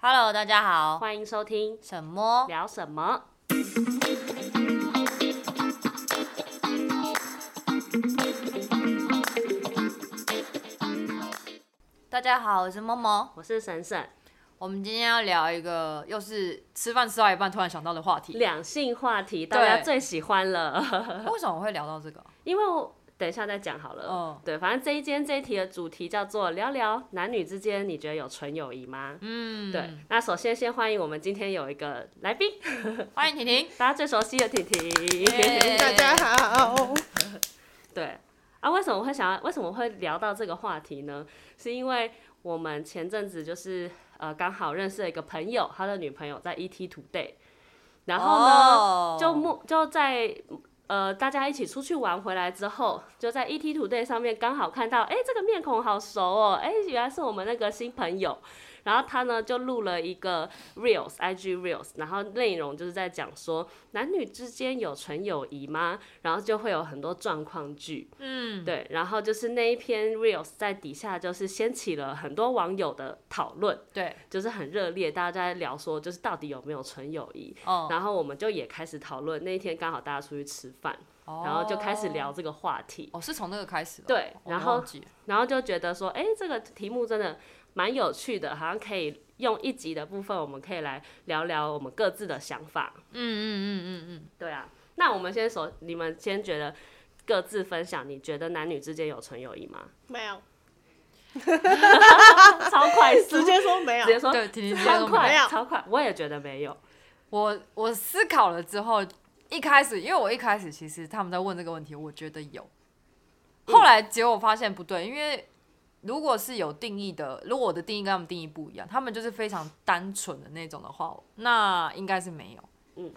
Hello，大家好。欢迎收听什么？聊什么？大家好，我是默默。我是沈沈，我们今天要聊一个，又是吃饭吃到一半突然想到的话题。两性话题大家对最喜欢了， 为什么我会聊到这个？因为我等一下再讲好了。嗯对，反正这一间这一题的主题叫做聊聊男女之间，你觉得有纯友谊吗？嗯，对，，那首先先欢迎我们今天有一个来宾，欢迎婷 婷。大家最熟悉的婷婷。 耶大家好，对啊，为什么会想要为什么会聊到这个话题呢？是因为我们前阵子就是呃刚好认识了一个朋友，他的女朋友在 ET Today，然后呢、 哦就目就在呃大家一起出去玩回来之后，就在 ET Today 上面刚好看到，哎、这个面孔好熟哦，哎、原来是我们那个新朋友。然后他呢就录了一个 reels IG reels，然后内容就是在讲说男女之间有纯友谊吗？然后就会有很多状况剧，嗯，对，然后就是那一篇 reels 在底下就是掀起了很多网友的讨论，对，就是很热烈，大家在聊说就是到底有没有纯友谊，哦，然后我们就也开始讨论，那一天刚好大家出去吃饭，然后就开始聊这个话题，哦，是从那个开始的。对我然后忘记了然后就觉得说，哎、这个题目真的蛮有趣的，好像可以用一集的部分，我们可以来聊聊我们各自的想法。嗯 嗯嗯嗯嗯，对啊，那我们先首，你们先觉得各自分享，你觉得男女之间有纯友谊吗？没有，超快速，直接说没有直，接说，对，婷婷直接超都没有没快，有超快，我也觉得没有。我我思考了之后，一开始因为我一开始其实他们在问这个问题，我觉得有，后来结果发现不对，因为如果是有定义的，如果我的定义跟他们定义不一样，他们就是非常单纯的那种的话，那应该是没有。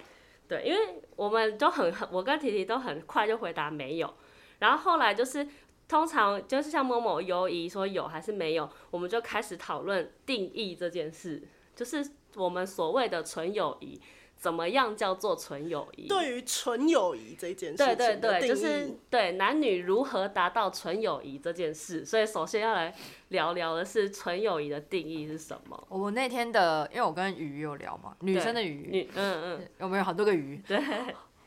对，因为我们都很，很我跟婷婷都很快就回答没有，然后后来就是通常就是像某某犹疑说有还是没有，我们就开始讨论定义这件事，就是我们所谓的纯友谊，怎么样叫做纯友谊？对于纯友谊这件事对情对的对，定义，就是对男女如何达到纯友谊这件事，所以首先要来聊聊的是纯友谊的定义是什么。我那天的，因为我跟鱼有聊嘛，女生的鱼，女嗯嗯，有没有很多个鱼？对。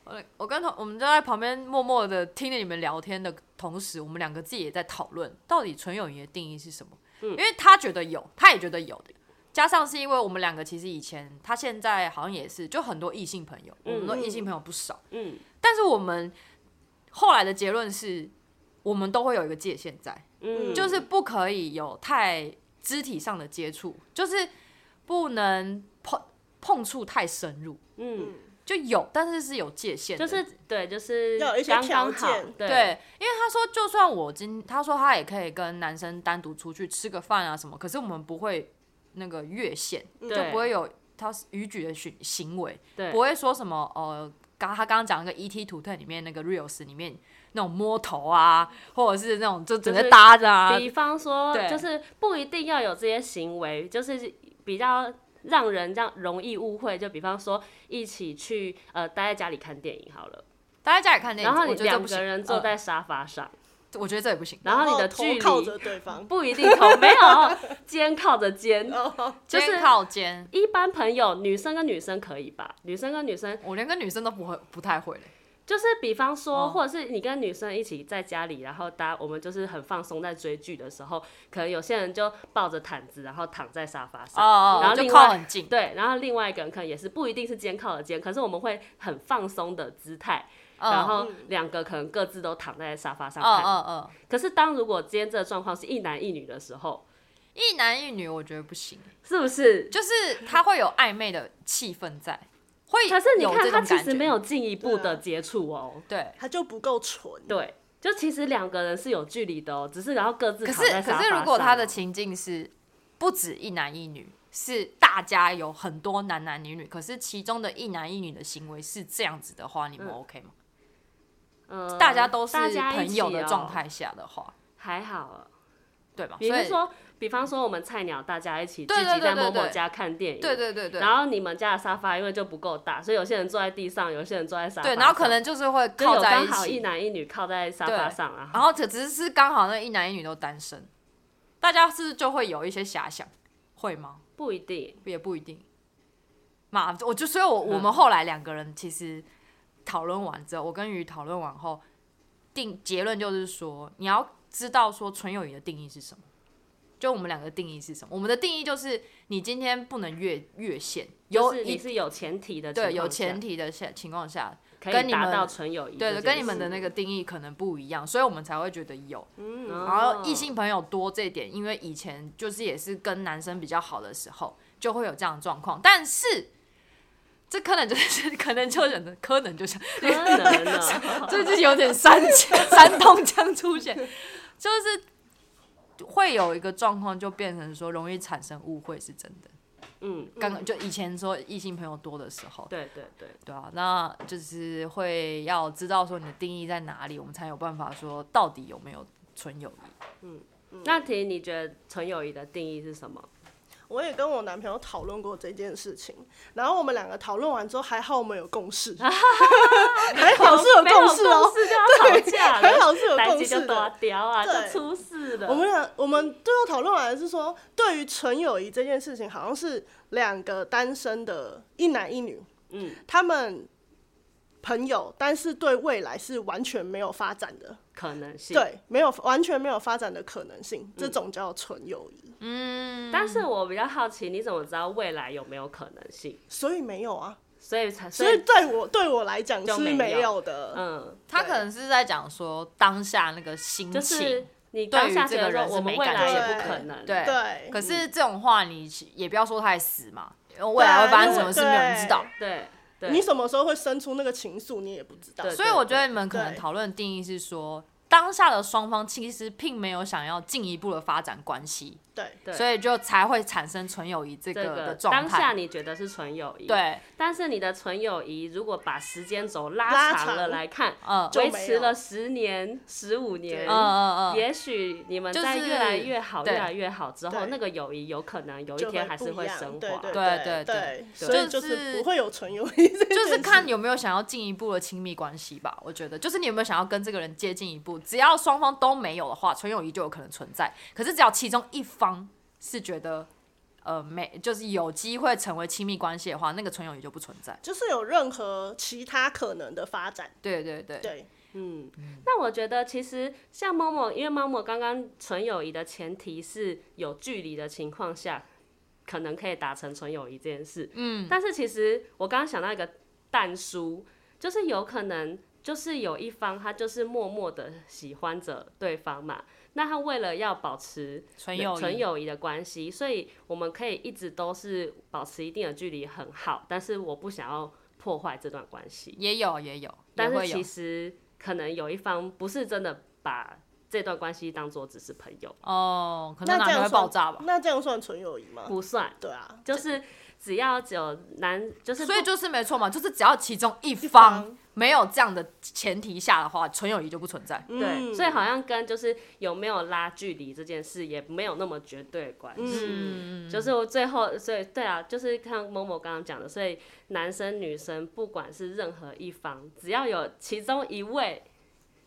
我我跟同我们就在旁边默默的听着你们聊天的同时，我们两个自己也在讨论到底纯友谊的定义是什么。因为他觉得有，他也觉得有的，加上是因为我们两个其实以前，他现在好像也是，就很多异性朋友，我们的异性朋友不少。嗯，但是我们后来的结论是，我们都会有一个界限在，嗯，就是不可以有太肢体上的接触，就是不能碰碰触太深入。嗯，就有，但是是有界限的，就是对，就是要有一些刚刚条好件对对，因为他说就算我今，他说他也可以跟男生单独出去吃个饭啊什么，可是我们不会那个越线，就嗯对不会有他是逾矩的行行为，对不会说什么呃，刚他刚刚讲那个 ET 图特里面那个 reels 里面那种摸头啊，或者是那种就整就个是搭着啊，比方说，对就是不一定要有这些行为，就是比较让人这样容易误会。就比方说，一起去呃待在家里看电影好了，大家家里看电影，然后你我觉得这两不行个人坐、在沙发上，呃我觉得这也不行，然后你的距头靠着离对方，不一定头没有 肩靠着肩，哦就是肩靠肩，一般朋友女生跟女生可以吧？女生跟女生我连跟女生都不会，不太会嘞。就是比方说，哦或者是你跟女生一起在家里，然后大家我们就是很放松在追剧的时候，可能有些人就抱着毯子，然后躺在沙发上，哦哦然后就另靠外很近对，然后另外一个人可能也是不一定是肩靠着肩，可是我们会很放松的姿态，哦然后两个可能各自都躺在沙发上嗯看。嗯嗯，可是当如果今天这个状况是一男一女的时候，一男一女我觉得不行。是不是？就是他会有暧昧的气氛在，会可是你有这看，种他感其觉。嗯实没有进一步的对啊接触哦、对，它就不够纯，对，就其实两个人是有距离的哦、只是然后各自可躺是在沙发上可哦。是如果他的情境是不止一男一女，是大家有很多男男女女，可是其中的一男一女的行为是这样子的话，嗯你们 OK 吗？呃大家都是大家一朋友的起哦状态下的话，还好。啊对吧？比所如以说，比方说我们菜鸟大家一起聚对对集在对对某某对家看电影，对对对对。然后你们家的沙发因为就不够大，所以有些人坐在地上，有些人坐在沙发对，上。然后可能就是会就靠有在刚一好一起，男一女靠在沙对发上啊。然后只只是刚好那一男一女都单身，大家是不是就会有一些遐想，会吗？不一定。也不一定。嘛，我就所以我，嗯我们后来两个人其实讨论完之后，我跟鱼讨论完后，定结论就是说，你要知道说纯友谊的定义是什么。就我们两个的定义是什么？我们的定义就是，你今天不能越越线，有就是一你是有前提的情况下，对有前提的下情况下，可跟以你达们到纯友谊这件对事，的，跟你们的那个定义可能不一样，所以我们才会觉得有。嗯，然后异性朋友多这一点，因为以前就是也是跟男生比较好的时候，就会有这样的状况。但是这可能就是可能就 忍的，可能就想，哦 可能呢，这就是有点山山东腔出现，就是会有一个状况，就变成说容易产生误会，是真的。嗯，刚刚就以前说异性朋友多的时候，对对对，对啊，那就是会要知道说你的定义在哪里，我们才有办法说到底有没有纯友谊。嗯那婷，你觉得纯友谊的定义是什么？我也跟我男朋友讨论过这件事情，然后我们两个讨论完之后，还好我们有 共识，还好是有没有共识哦、事就要吵架了，还好是有来共几识就的多。屌啊，对就出事了。我们俩我们最后讨论完是说，对于纯友谊这件事情，好像是两个单身的一男一女，嗯，他们朋友，但是对未来是完全没有发展的，可能性。，对，没有完全没有发展的可能性，这种叫纯友谊。嗯，但是我比较好奇，你怎么知道未来有没有可能性？所以没有啊，所以才所以对我对我来讲就是没没有有的。嗯，他可能是在讲说当下那个心情，就是对你当于下这觉个得人说是我们没未感来觉也的不可能，对。对，可是这种话你也不要说他还死嘛，因为未来会发生什么事对没有人知道。啊对对，你什么时候会生出那个情愫，你也不知道。对所以我觉得你们可能讨论的定义是说，当下的双方其实并没有想要进一步的发展关系，对，对所以就才会产生纯友谊这这个个的状当下态。你觉得是纯友谊，，对，但是你的纯友谊如果把时间轴拉拉长了长来看，嗯就维没持有了十年、十五年嗯，嗯嗯，也许你们就在越来是越好、对越来越好之后，对那个友谊有可能有一就天还不是一会样升对华。对对对对所以就就是是不会有纯友 谊这件事，就是看有没有想要进一步的亲密关系吧。我觉得，就是你有没有想要跟这个人接近一步，只要双方都没有的话，纯友谊就有可能存在。可是只要其中一方是觉得。呃，没，就是有机会成为亲密关系的话，那个纯友谊就不存在。就是有任何其他可能的发展。对对对，对，嗯，那我觉得其实像某某，因为某某刚刚纯友谊的前提是有距离的情况下，可能可以达成纯友谊这件事。嗯，但是其实我刚刚想到一个蛋叔，就是有可能就是有一方他就是默默的喜欢着对方嘛，那他为了要保持纯友谊，纯友谊的关系，所以我们可以一直都是保持一定的距离，很好。但是我不想要破坏这段关系，也有也有，但也是会有其实可能有一方不是真的把这段关系当做只是朋友，哦，可能那哪这天样会算爆炸吧。那这样算纯友谊吗？不算，对啊，就是只要有男，就是所以不就是没错嘛，就是只要其中一方方没有这样的前提下的话，纯友谊就不存在。对，嗯所以好像跟就是有没有拉距离这件事也没有那么绝对的关系。嗯就是我最后，所以对啊，就是看某某刚刚讲的，所以男生女生不管是任何一方，只要有其中一位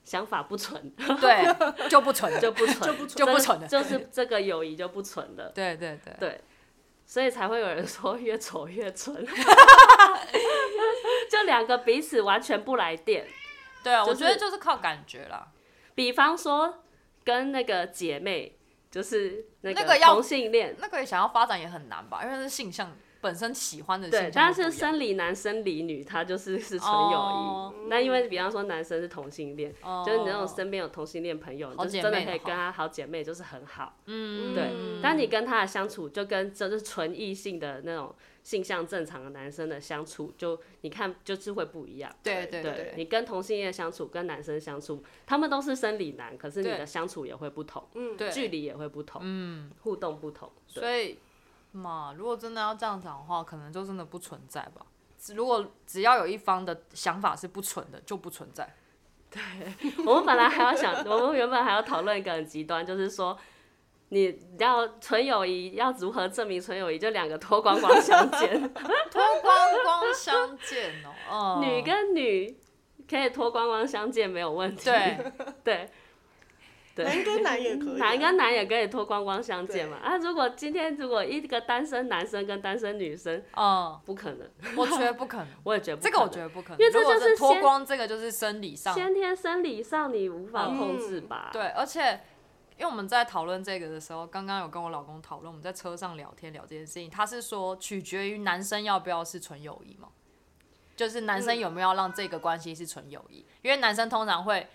想法不纯，对， 就不存在。就不纯，就不就不纯了就是 这个友谊就不纯了，对对对，对，所以才会有人说越丑越纯， 就两个彼此完全不来电。对，啊我就是觉得就是靠感觉啦。比方说跟那个姐妹，就是那那个要同性恋，那个想要发展也很难吧，因为是性向本身喜欢的性对向，但就不是一样生理男生理女，他就是是纯哦友谊。那因为比方说男生是同性恋，哦就是你那种身边有同性恋朋友，好就是姐真的妹可以的跟他好姐妹，就是很好。嗯，对嗯，但你跟他的相处，就跟就是纯异性的那种性向正常的男生的相处，就你看就是会不一样。对对对对，你跟同性恋相处，跟男生相处，他们都是生理男，可是你对的相处也会不同，对距离也会不同，嗯，互动不同，对，所以嘛，如果真的要这样讲的话，可能就真的不存在吧。只如果只要有一方的想法是不纯的，就不存 在。我们本来还要想， 我们原本还要讨论一个很极端，就是说。你要纯友谊，要如何证明纯友谊？就两个脱光光相见，脱光光相见哦，嗯女跟女可以脱光光相见没有问题。对，对，对男跟男也 可以、啊，男跟男也可以脱光光相见嘛。啊，如果今天如果一个单身男生跟单身女生，哦，不可能，我觉得不 可能，我也觉得不这个我可觉能得不可能，因为这如果就是是脱先光，这个就是生理上先天生理上你无法控制吧？嗯对，而且因为我们在讨论这个的时候，刚刚有跟我老公讨论，我们在车上聊天聊这件事情，他是说取决于男生要不要是纯友谊嘛，就是男嗯生有没有让这个关系是纯友谊，因为男生通常会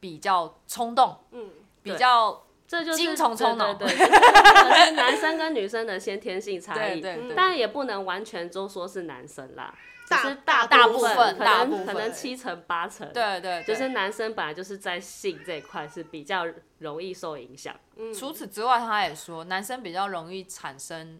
比较冲动，嗯，比对较这就是精虫充脑对对对，就是这个是男生跟女生的先天性差对异。对对，但也不能完全都说是男生啦，只大是大嗯大部部分分可大能部可分能七成八成，，对对，对就是男生本来就是在性这一块是比较容易受影响，除此之外，他也说男生比较容易产生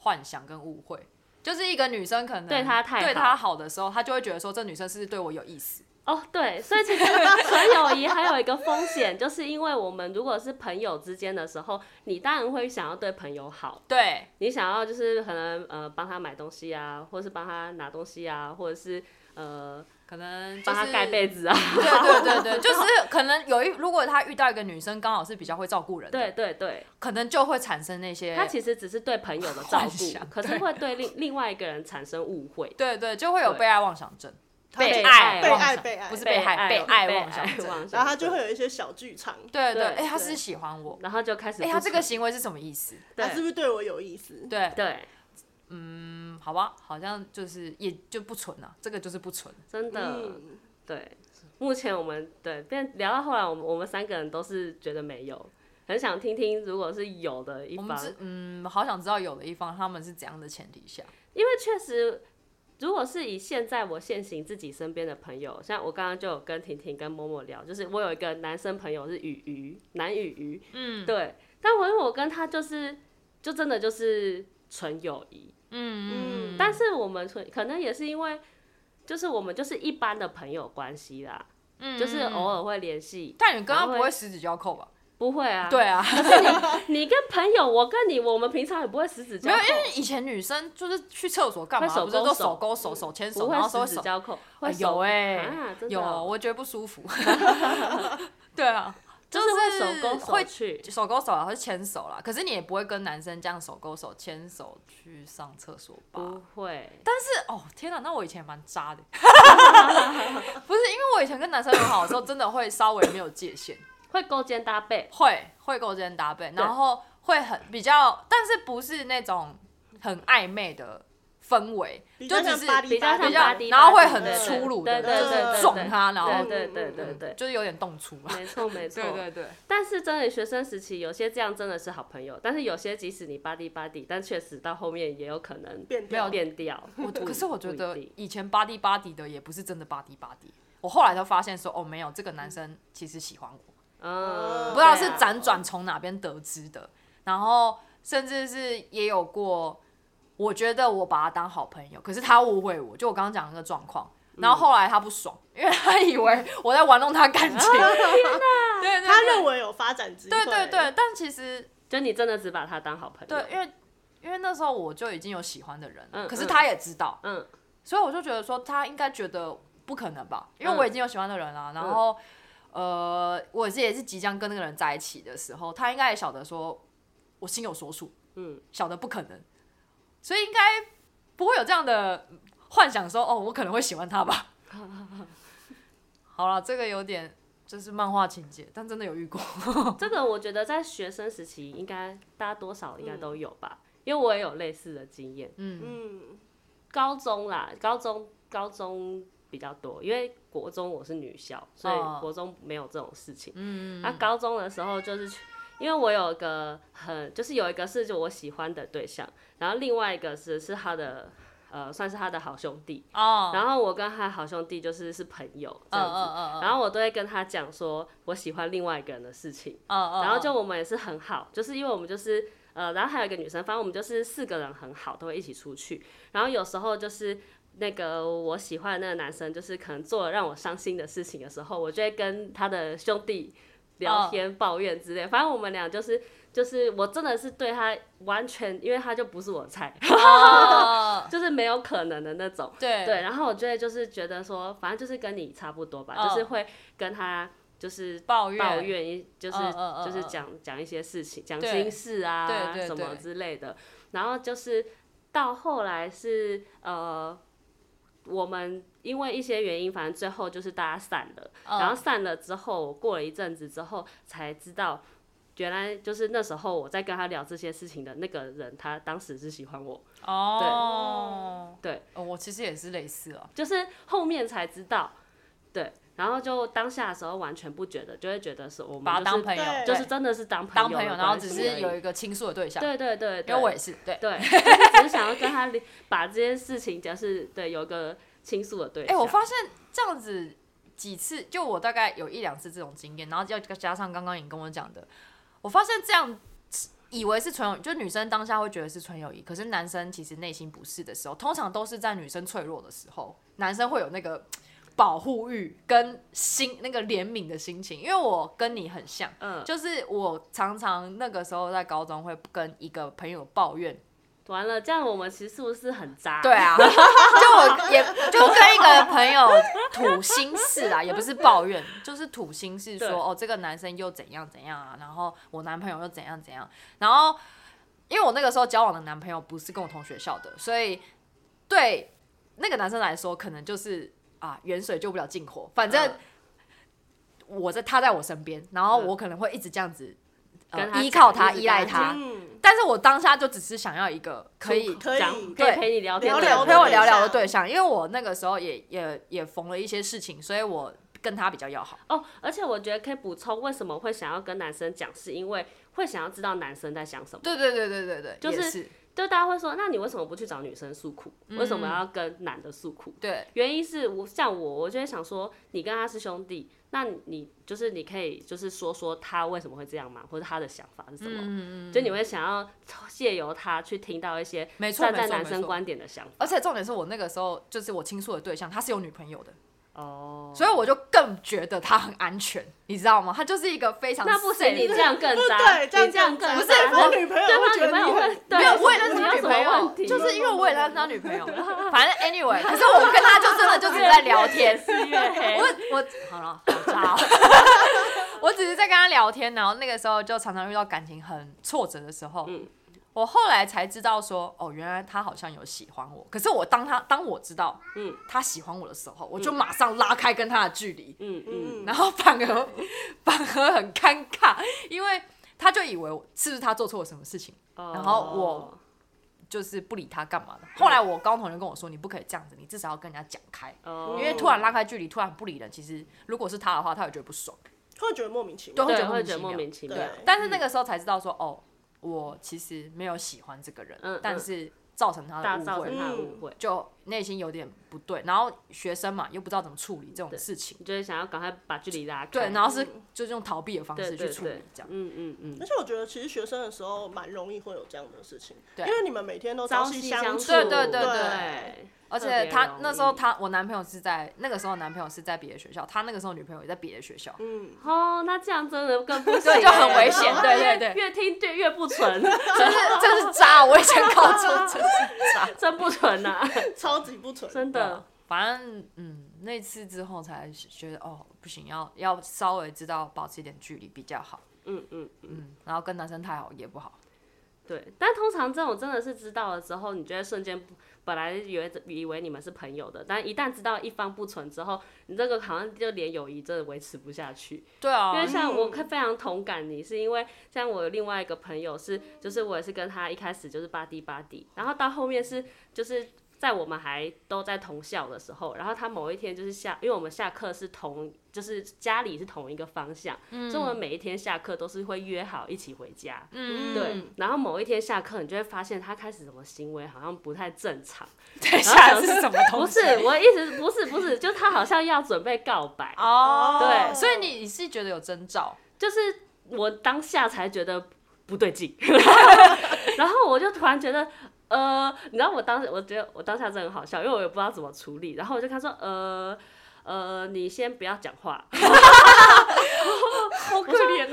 幻想跟误会，就是一个女生可能对他太对好他好的时候，他就会觉得说这女生是不是对我有意思。哦，对，所以其实纯友谊还有一个风 险，就是因为我们如果是朋友之间的时候，你当然会想要对朋友好，对，你想要就是可能呃帮他买东西啊，或是帮他拿东西啊，或者是呃可能就帮是他盖 被子啊，对对对 对，就是可能有一，如果他遇到一个女生刚好是比较会照顾人的，对对对，可能就会产生那些，他其实只是对朋友的照幻想顾，可是会对另另外一个人产生误会。对对，就会有对被爱妄想症，被爱爱妄妄想被爱不是被害，被爱妄想被爱症，妄然后他就症会有一些小剧场，对对，对哎，他对是喜欢我，然后就开始哎，不他这个爽行为是什么意思？他是对不是对我有意思？对，对，嗯，好吧，好像就是也就不纯了，这个就是不纯，真的嗯，对。目前我们对变聊到后来，我们我们三个人都是觉得没有，很想听听如果是有的一我们方，是嗯，好想知道有的一方他们是怎样的前提下，因为确实。如果是以现在我现行自己身边的朋友，像我刚刚就有跟婷婷跟默默聊，就是我有一个男生朋友是雨鱼，男雨鱼，嗯对，但我因为我跟他就是就真的就是纯友谊，嗯嗯，但是我们纯可能也是因为，就是我们就是一般的朋友关系啦，嗯就是偶，嗯嗯尔会联系，但你刚刚然后不会会十指交扣吧？不会啊。，对啊，你跟朋友，我跟你，我们平常也不会十指没交有，扣，因为以前女生就是去厕所干嘛，会手不是都勾手手勾手、手牵不手，然后手会会十指手交扣，会哎手有哎啊，真的有，哦，我觉得不舒 服。对啊，就是会手勾会手去，手勾手啊，或是牵手啦。可是你也不会跟男生这样手勾手、牵手去上厕所吧？不会，但是哦，天哪，那我以前蛮渣 的。不是，因为我以前跟男生很好的时候，真的会稍微没有界限。会勾肩搭背，会会勾肩搭背，对然后会很比较，但是不是那种很暧昧的氛围，比就只较像是嗯巴黎比较像比较巴迪，然后会巴迪很对对粗鲁的对对对对，对撞他然后对对对对对，就是有点动粗嘛。没错没错，对对对，但是真的学生时期，有些这样真的是好朋友，但是有些即使你巴蒂巴蒂，但确实到后面也有可能变没有调变掉。我不一可是我觉不得一定以前巴蒂巴蒂的也不是真的巴蒂巴蒂，我后来都发现说哦没有，这个男生其实喜欢我，嗯，不知道对是啊辗转从哪边得知的，然后甚至是也有过，我觉得我把他当好朋友，可是他误会我，就我刚刚讲的那个状况。嗯然后后来他不爽，因为他以为我在玩弄他感 情。天哪！对对，他对认为有发展机对会，对对，但其实就你真的只把他当好朋友。对，因为因为那时候我就已经有喜欢的人了，啊嗯可是嗯他也知道，嗯，所以我就觉得说他应该觉得不可能吧，嗯因为我已经有喜欢的人了，然后呃，我这也是即将跟那个人在一起的时候，他应该也晓得说我心有所属，嗯，晓得不可能，所以应该不会有这样的幻想说哦，我可能会喜欢他 吧。好了，这个有点就是漫画情节，但真的有遇过，哦这个我觉得在学生时期应该大家多少应该都有吧，因为我也有类似的经验。嗯，嗯，高中啦，高中高中比较多，因为国中我是女校，所哦以国中没有这种事情。嗯，那、高中的时候就是去，因为我有一个很，就是有一个是就我喜欢的对象，然后另外一个是是他的。呃，算是他的好兄弟，哦，然后我跟他好兄弟就是是朋友这嗯样子，嗯嗯嗯，然后我都会跟他讲说我喜欢另外一个人的事情，嗯嗯，然后就我们也是很好，就是因为我们就是呃，然后还有一个女生，反正我们就是四个人很好，都会一起出去。然后有时候就是那个我喜欢的那个男生，就是可能做了让我伤心的事情的时候，我就会跟他的兄弟聊天、抱怨之类。反正我们俩就是就是我真的是对他完全，因为他就不是我的菜， 哦就是没有可能的那种。 对对，然后我就会就是觉得说，反正就是跟你差不多吧，嗯就是会跟他就是抱怨，抱怨，就是嗯嗯嗯就是嗯讲讲一些事情，讲对心事啊对对什么对之类的。然后就是到后来是呃，我们因为一些原因，反正最后就是大家散了。嗯然后散了之后，过了一阵子之后才知道。原来就是那时候我在跟他聊这些事情的那个人，他当时是喜欢我，哦，对哦，我其实也是类似哦，就是后面才知道，对，然后就当下的时候完全不觉得，就会觉得是我们把他当就是朋友，对就是真的是当当友朋的友，关然后只系而是已有一个倾诉的对象，对对对，因对为我也是，对。 对，就是只是想要跟他聊把这件事情，就是对有个倾诉的对哎、象。我发现这样子几次，就我大概有一两次这种经验，然后要加上刚刚你跟我讲的，我发现这样以为是纯友谊，就女生当下会觉得是纯友谊，可是男生其实内心不是的时候，通常都是在女生脆弱的时候，男生会有那个。保护欲跟心那个怜悯的心情，因为我跟你很像，嗯，就是我常常那个时候在高中会跟一个朋友抱怨完了，这样我们其实是不是很渣？对， 啊，就我也就跟一个朋友吐心事啊，也不是抱怨，就是吐心事说对哦，这个男生又怎样怎样啊，然后我男朋友又怎样怎样，然后因为我那个时候交往的男朋友不是跟我同学校的，所以对那个男生来说，可能就是啊，远水救不了近火，反正嗯我在他在我身边，然后嗯我可能会一直这样子。呃跟他依靠讲他，一直依赖跟他他，嗯，但是我当下就只是想要一个可以可以讲可对以陪你聊天聊的聊对，人，的陪我对聊聊的象对象，因为我那个时候也也也缝了一些事情，所以我跟他比较要好。哦，而且我觉得可以补充，为什么会想要跟男生讲，是因为会想要知道男生在想什么。对对对对对对，就也是是就大家会说，那你为什么不去找女生诉苦？为什么嗯要跟男的诉苦？对原因是我像我，我就会想说，你跟他是兄弟，那你就是你可以就是说说他为什么会这样嘛，或者他的想法是什嗯么？就你会想要借由他去听到一些没错站没在错男没生错。观点的想法。而且重点是我那个时候就是我倾诉的对象，他是有女朋友的，哦，所以我就更觉得他很安全，你知道吗？他就是一个非常那不行，你 safe 这样更渣，对，你这样这样更讲渣。不是我女朋友对会方觉女得朋你友很会，对没有，我也认你识有他女什朋么问友，题？就是因为我也认识他女朋友。反正 anyway，可是我跟他就真的就只是在聊天，是越黑。我我好了，好差、哦。 我只是在跟他聊天，然后那个时候就常常遇到感情很挫折的时候，嗯我后来才知道说，哦，原来他好像有喜欢我。可是我当他当我知道，嗯他喜欢我的时候，我就马上拉开跟他的距离，嗯嗯，嗯，然后反而反而很尴尬，因为他就以为我是不是他做错了什么事情，哦然后我就是不理他干嘛的。后来我高同学跟我说，你不可以这样子，你至少要跟人家讲开。哦，因为突然拉开距离，突然不理人，其实如果是他的话，他也觉得不爽。会觉得莫名其对妙。对会会觉觉得得莫莫名名其妙妙。对但嗯是那个时候才知道说，哦，我其实没有喜欢这个人，嗯嗯但是造成他大的造误成会，嗯他的误会，就内心有点不对。然后学生嘛，又不知道怎么处理这种事情，你就是想要赶快把距离拉开。对，然后是就是用逃避的方对式嗯对去处理对，这样。嗯嗯嗯而，且我觉得，其实学生的时候蛮容易会有这样的事情，对因为你们每天都朝夕相处，对对对对，而特且别他容易那时候他我男朋友是在那个时候男朋友是在别的学校，他那个时候女朋友也在别的学校， 嗯，哦，那这样真的更不对，行就很欸危险。然后对对越对，越听对越不 纯，真是真是渣！我以前高中真是渣。真不纯呐，超级不 纯。真的的。，反正嗯，那次之后才觉得哦，不行，要要稍微知道保持一点距离比较好。嗯嗯，嗯，然后跟男生太好也不好。对。但通常这种真的是知道了之后，你就会瞬间不本来以为以为你们是朋友的，但一旦知道一方不纯之后，你这个好像就连友谊真的维持不下去。对啊因为像我嗯看非常同感你，是因为像我有另外一个朋友是，就是我也是跟他一开始就是巴蒂巴蒂，然后到后面是就是在我们还都在同校的时候，然后他某一天就是下，因为我们下课是同，就是家里是同一个方向，所以我们每一天下课都是会约好一起回家。 嗯，对，然后某一天下课，你就会发现他开始什么行为好像不太正常。 等一然下后想是说什么 不东是西？，我的意思是不是不是，就他好像要准备告白。哦，对所以你是觉得有征兆？就是我当下才觉得不对劲， 然后我就突然觉得，呃，你知道我当时我觉得我当下真的很好笑，因为我也不知道怎么处理，然后我就跟他说，呃。呃，你先不要讲话， 好可哦我说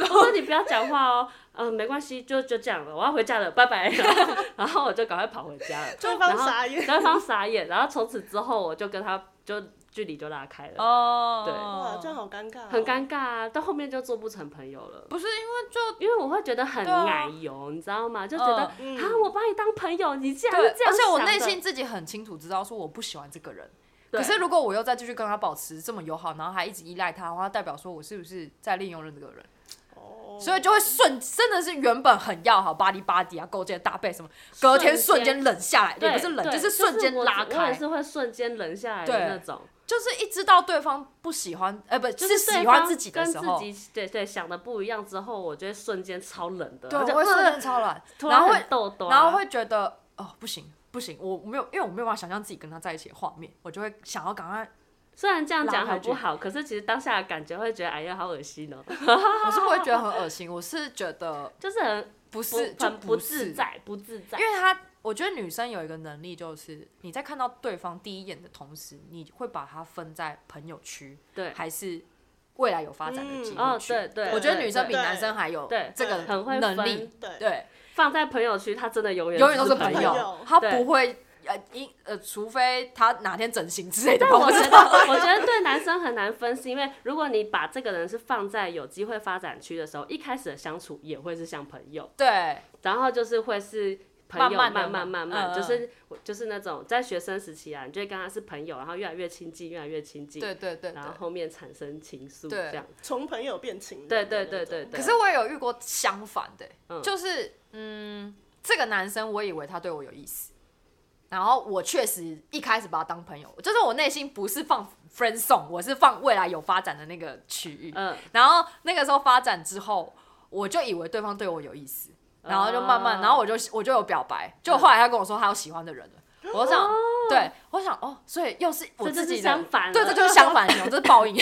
我说你不要讲话哦，嗯、没关系，就就这样了，我要回家了，拜拜。 然后然后我就赶快跑回家了，对方然后傻眼，对方傻眼，然后从此之后我就跟他就距离就拉开了，哦，对哇，这样好尴尬哦，很尴尬啊。到后面就做不成朋友了。不是因为就因为我会觉得很对啊奶油，你知道吗？就觉得啊、嗯我把你当朋友，你竟然对，是这样而且我想的内心自己很清楚知道说我不喜欢这个人。对可是如果我又再继续跟他保持这么友好，然后还一直依赖他的话，代表说我是不是在利用了这个人？哦所以就会瞬真的是原本很要好，巴黎巴迪啊，构建搭配什么，隔天瞬间冷下来，也对，不是冷，对就就是瞬间我拉我开，也是会瞬间冷下来对的那种。就是一知道对方不喜欢，呃，不就是对喜欢方自己的跟时候，自己对对想的不一样之后，我就会瞬间超冷的，对，而且我会瞬呃间超软，突然后很会痘痘啊，然后会觉得哦不行不行，我我没有，因为我没有办法想象自己跟他在一起的画面，我就会想要赶快，虽然这样讲拉开很距离不好，可是其实当下的感觉会觉得哎呀好恶心哦，我是不会觉得很恶心，我是觉得就是很不不是就很不是自，在，不自在因。为他。我觉得女生有一个能力，就是你在看到对方第一眼的同时，你会把它分在朋友区，对，还是未来有发展的机哦会区。对对，我觉得对女生比对男生还有对这个很会能分力，对对，放在朋友区，她真的永远永远都是朋朋友友，他对不会呃因呃，除非他哪天整形之类的但吧， 我不觉知得道。，我觉得对男生很难分，是因为如果你把这个人是放在有机会发展区的时候，一开始的相处也会是像朋友，对，然后就是会是朋友，慢慢慢地慢慢嘛慢嗯嗯就是就是那种在学生时期啊，你就会跟他是朋友，然后越来越亲近，越来越亲近，对对对对然。后后面产生情愫对这样。从朋友变情人的对那种，对对对对。可是我也有遇过相反的、欸嗯就是嗯，这个男生我以为他对我有意思，然后我确实一开始把他当朋友，就是我内心不是放 friend song，我是放未来有发展的那个区域。嗯，然后那个时候发展之后，我就以为对方对我有意思，然后就慢慢，哦然后我就我就有表白，就后来他跟我说他有喜欢的人了。我想，对，我想哦，所以又是我哦这就自己是的，相反了，对，这就是相反型，这是报应。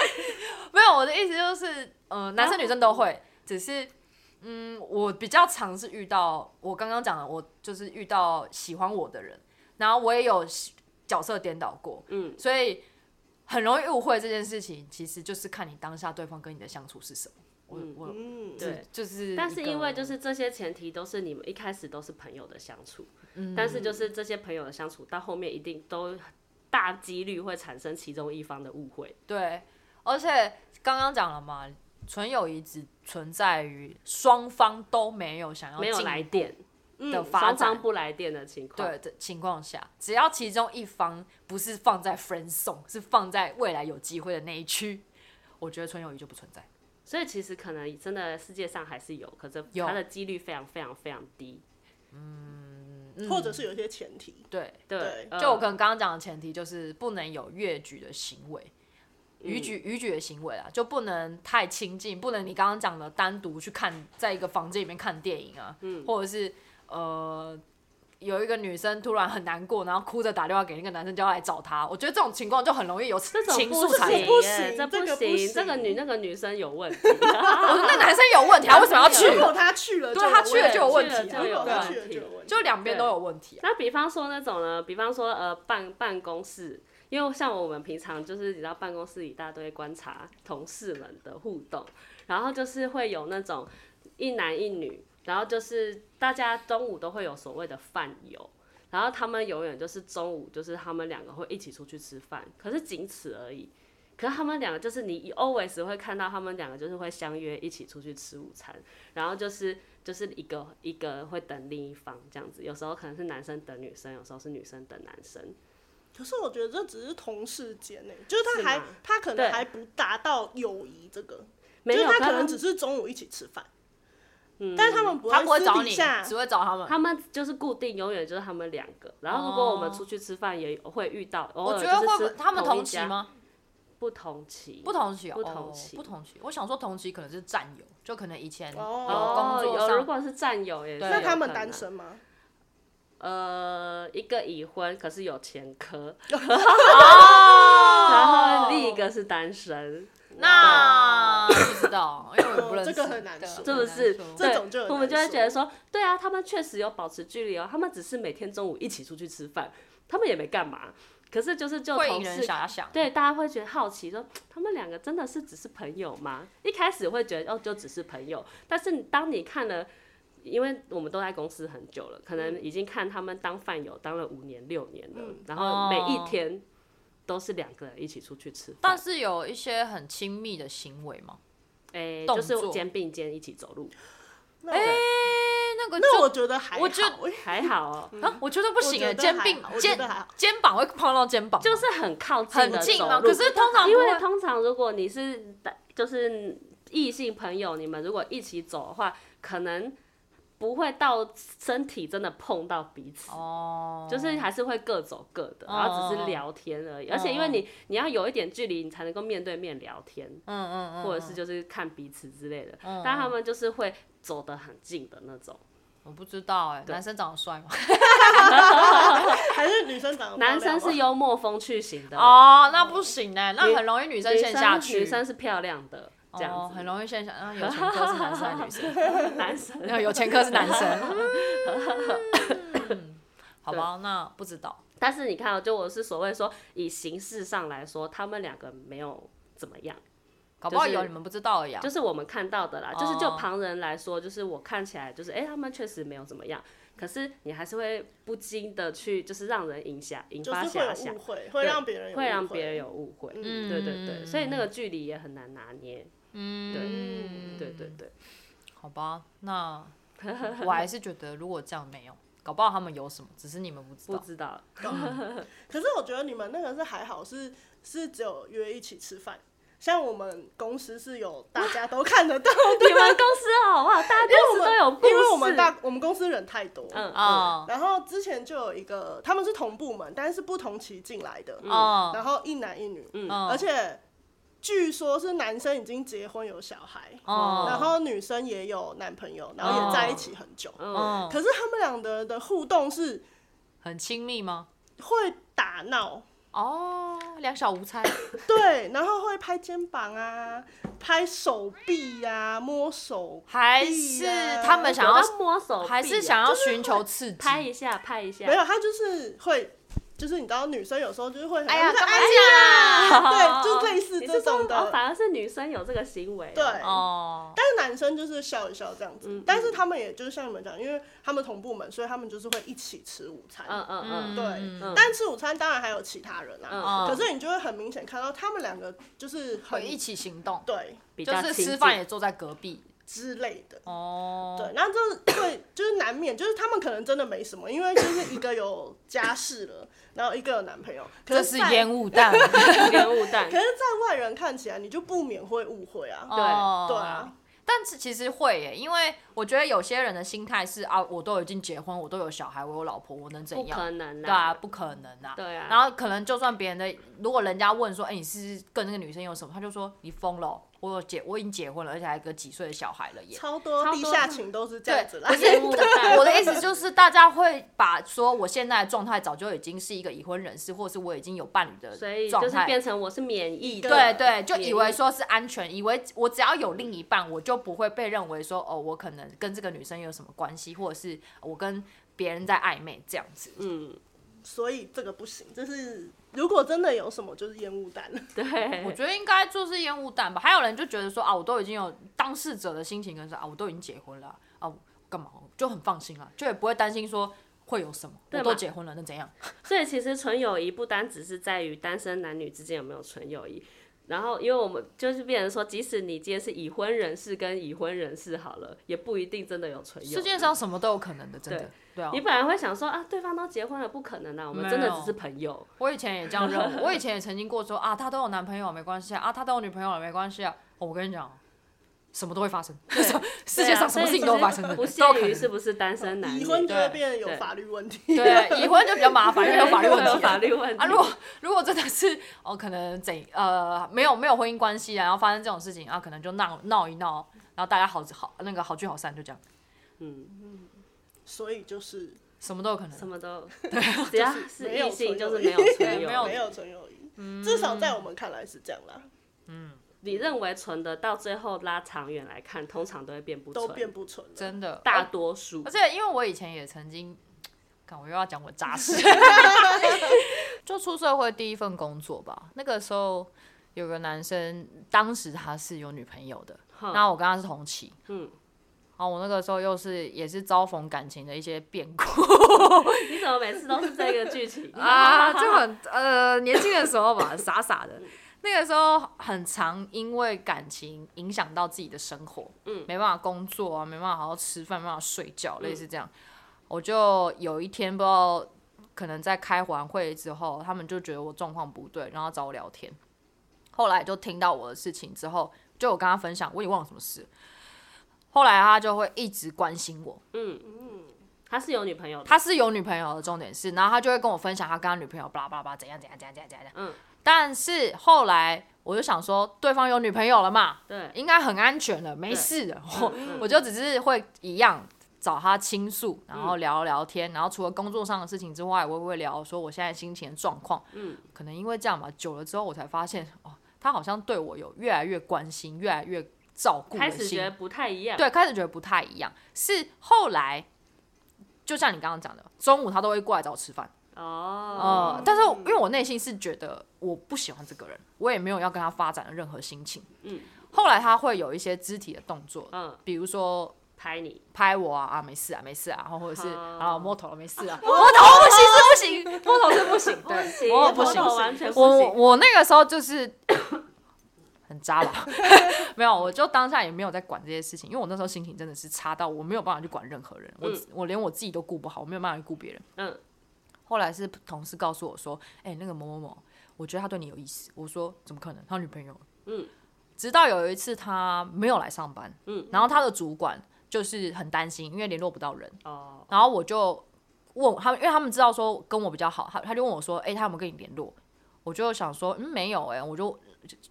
没有，我的意思就是，嗯呃，男生女生都会，只是，嗯，我比较常是遇到我刚刚讲的，我就是遇到喜欢我的人，然后我也有喜角色颠倒过，嗯，所以很容易误会这件事情，其实就是看你当下对方跟你的相处是什么。我嗯我嗯，对只就是一个，但是因为就是这些前提都是你们一开始都是朋友的相处，嗯，但是就是这些朋友的相处到后面一定都大几率会产生其中一方的误会。对，而且刚刚讲了嘛，纯友谊只存在于双方都没有想要没有进来电，的发嗯双展方。不来电的情况。对的情况下，只要其中一方不是放在 friend zone，是放在未来有机会的那一区，我觉得纯友谊就不存在。所以其实可能真的世界上还是有，可是有它的几率非常非常非常低。或者是有一些前提，对，对对，呃就我跟刚刚讲的前提就是不能有越矩的行为，逾矩嗯逾矩的行为啊，就不能太亲近，不能你刚刚讲的单独去看，在一个房间里面看电影啊，嗯或者是呃。有一个女生突然很难过，然后哭着打电话给那个男生，叫他来找她。我觉得这种情况就很容易有这种情不愫行产这生个。不耶行这这个不行，行这个女那个女生有问 题，我说那男生有问题，他为什么要去？如果他去了就对有他问题，去了就有问题啊就如有果他问去了题就有。问题，就两边都有问题啊。那比方说那种呢，比方说呃办办公室，因为像我们平常就是你知道办公室里大家都会观察同事们的互动，然后就是会有那种一男一女，然后就是大家中午都会有所谓的饭友。然后他们永远就是中午，就是他们两个会一起出去吃饭，可是仅此而已。可是他们两个就是你 always 会看到他们两个就是会相约一起出去吃午餐，然后就是就是一个一个会等另一方这样子，有时候可能是男生等女生，有时候是女生等男生。可是我觉得这只是同事间呢，就是他是还吗他可对能还不达到友谊这个，没就有，是他他可能们嗯只是中午一起吃饭，但是他们不他不会私找底你，下只会找他们。他们就是固定永远就是他们两个。然后如果我们出去吃饭也会遇到，偶哦我尔觉就得是会不吃会他们同一同期家？吗？不同期，不同期哦，不同哦期不同期。我想说同期可能是战友，就可能以前有哦工作有如上，果是战友也是对有那他们可单能身吗？呃，一个已婚，可是有前科，哦然然后另一个是单身，那不知道，因为我也不认识，哦 这个很难对说是不是？很难说这对种就很我们就难会觉得说说，对啊，他们确实有保持距离哦，他们只是每天中午一起出去吃饭，他们也没干嘛，可是就是就会同引人事。遐想。对，大家会觉得好奇说，他们两个真的是只是朋友吗？一开始会觉得哦，就只是朋友，但是你当你看了，因为我们都在公司很久了，可能已经看他们当饭友当了五年六年了，嗯然后每一哦天都是两个人一起出去吃饭，但是有一些很亲密的行为嘛，哎、动就是作肩并肩一起走路，那哎、我那个那就我觉得还好，哎我觉我还好哦、啊，我觉得不行哎、我觉得肩还并好我觉肩得还好肩膀会碰到肩膀，就是很靠近的很走近路。嘛。可是通常因不为会通常如果你是就是异性朋友，你们如果一起走的话，可能不会到身体真的碰到彼此。哦，就是还是会各走各的，哦然后只是聊天而已。而且因为你你要有一点距离，你才能够面对面聊天，嗯嗯嗯，或者是就是看彼此之类的。嗯但他们就是会走得很近的那种。我不知道哎、对男生长得帅吗？还是女生长得漂亮男吗生是幽默风趣型 的，啊哦，那不行哎、那女很容易女生女陷下生去，女生是漂亮的，这样哦子，很 容易陷下，然后有前科是男生还是女生？男生那 有前科是男生。嗯 好吧，那不知道。但是你看、哦，就我是所谓说，以形式上来说，他们两个没有怎么样，搞不好就是有你们不知道而已啊。就是我们看到的啦。就是哦就旁人来说，就是我看起来就是，哎、他们确实没有怎么样。可是你还是会不禁的去，就是让人引遐引就发是会啊遐想有误，会，会让别人有会让误会别人有误会。嗯对对对，所以那个距离也很难拿捏。嗯，对对对，好吧，那我还是觉得如果这样没有，搞不好他们有什么，只是你们不知不道。知道。可是我觉得你们那个是还好，是是只有约一起吃饭。像我们公司是有大家都看得到的， 你们公司哦好不好？大家公司都有故事。因为我们大我们公司人太多，嗯啊哦然后之前就有一个他们是同部门，但是不同期进来的，嗯哦，然后一男一女，嗯嗯而且据说是男生已经结婚有小孩，哦，然后女生也有男朋友，然后也在一起很久。嗯，嗯，可是他们两个的互动是很亲密吗？会打闹，哦，两小无猜。对，然后会拍肩膀啊，拍手臂啊，摸手，还是他们想有要，的摸手臂啊，还是想要寻求刺激？拍一下拍一下没。有，他就是会，就是你知道，女生有时候就是会很，哎呀，干嘛哎这样啊？ 对，就类似你这是说种哦，的，反而是女生有这个行为哦，对。哦，但是男生就是笑一笑这样子，但是他们也就是像你们讲，因为他们同部门，所以他们就是会一起吃午餐。嗯嗯嗯，对，嗯但吃午餐当然还有其他人啊，嗯可是你就会很明显看到他们两个就是会很一起行动，对比就较是亲吃近饭也坐在隔壁。之类的。哦，对，然后这会就是难免，就是他们可能真的没什么，因为就是一个有家室了，然后一个有男朋友，可这是是在烟雾 弹。烟雾弹可，是，在外人看起来，你就不免会误会啊。哦对啊，但是其实会耶，因为我觉得有些人的心态是啊，我都已经结婚，我都有小孩， 我有老婆，我能不怎样？可能对啊，啦，不可能啊。对啊然后可能就算别人的，如果人家问说，哎、你是跟那个女生有什么？他就说你疯了哦，我有结，我已经结婚了，而且还有个几岁的小孩了耶。超多超多地下情都是这样子啦不。烟雾弹是 我的意思就是，大家会把说我现在的状态早就已经是一个已婚人士，或是我已经有伴侣的所以就状是态。变成我是免疫的，对对，就免以疫为说是安全，以为我只要有另一半，我就不会被认为说哦，我可能跟这个女生有什么关系，或者是我跟别人在暧昧这样子。嗯，所以这个不行，就是如果真的有什么，就是烟雾弹。 我对，觉得应该就是烟雾弹吧。还有人就觉得说啊，我都已经有当事者的心情跟说啊，我都已经结婚了啊，我干嘛就很放心了，就也不会担心说会有什么，对我嘛都结婚了，那怎样？所以其实纯友谊不单只是在于单身男女之间有没有纯友谊。然后，因为我们就是变成说，即使你今天是已婚人士跟已婚人士好了，也不一定真的有纯友谊。世界上什么都有可能的，真的对。对啊，你本来会想说啊，对方都结婚了，不可能啊，我们真的只是朋友。我以前也这样认 为，我以前也曾经过说啊，他都有男朋友没关系啊，啊，他都有女朋友了没关系啊。哦我跟你讲，什么都会发生， 世界啊上什么事情都会发生的，不都有可限能于是不是单身男女，已婚就会对变得有对法律问题。对，已婚就比较麻烦，因为有法律问题有 啊法。律问题啊，如果 如果真的是哦，可能怎呃没有没有婚姻关系啊，然后发生这种事情啊，可能就闹闹一闹，然后大家好好那个好聚好散，就这样，嗯， 所以就是什么都有可能什。么都，啊只要是没有异性纯就是友谊没有纯没友有谊没。有纯友嗯谊，至少在我们看来是这样啦，你认为纯的，到最后拉长远来看，通常都会变不都变纯，不纯了。真的，哦大多数而。且因为我以前也曾经，看我又要讲我扎实， 就出社会第一份工作吧。那个时候有个男生，当时他是有女朋友的，哼那我跟他是同期，嗯，然后我那个时候又是也是遭逢感情的一些变故你怎么每次都是这个剧情 啊，就很呃年轻的时候 吧，傻傻的。那个时候很常因为感情影响到自己的生活，嗯没办法工作啊，没办法好好吃饭，没办法睡觉，嗯类似这样。我就有一天不知道，可能在开完会之后，他们就觉得我状况不对，然后找我聊天。后来就听到我的事情之后，就我跟他分享，我也忘了什么事。后来他就会一直关心我，嗯嗯，他是有女朋友的，他是有女朋友的，重点是，然后他就会跟我分享他跟他女朋友巴拉巴拉巴拉怎样怎样怎样怎样怎样。嗯，但是后来我就想说，对方有女朋友了嘛，对，应该很安全了，没事的。我嗯我就只是会一样找他倾诉，然后聊聊天，然后除了工作上的事情之外，我也会聊说我现在心情的状况。嗯，可能因为这样吧，久了之后我才发现，哦，他好像对我有越来越关心，越来越照顾开的始觉得心。不太一样，对，开始觉得不太一样，是后来。就像你刚刚讲的，中午他都会过来找我吃饭，哦，呃，但是我因为我内心是觉得我不喜欢这个人，我也没有要跟他发展的任何心情。嗯，后来他会有一些肢体的动作，嗯，比如说拍你，拍我啊啊，没事啊，没事啊，然后或者是哦啊摸头了，没事啊，摸 头不行是不行，摸头是不行，不对，行，我不不头行行，完全不我行，我那个时候就是 很渣吧， 没有，我就当下也没有在管这些事情，因为我那时候心情真的是差到我没有办法去管任何人，我、嗯我连我自己都顾不好，我没有办法去顾别人。嗯，后来是同事告诉我说，哎、那个某某某，我觉得他对你有意思。我说怎么可能？他女朋友。嗯。直到有一次他没有来上班，嗯，然后他的主管就是很担心，因为联络不到人，哦，然后我就问他们，因为他们知道说跟我比较好，他他就问我说，哎、他有没有跟你联络？我就想说，嗯，没有哎、我就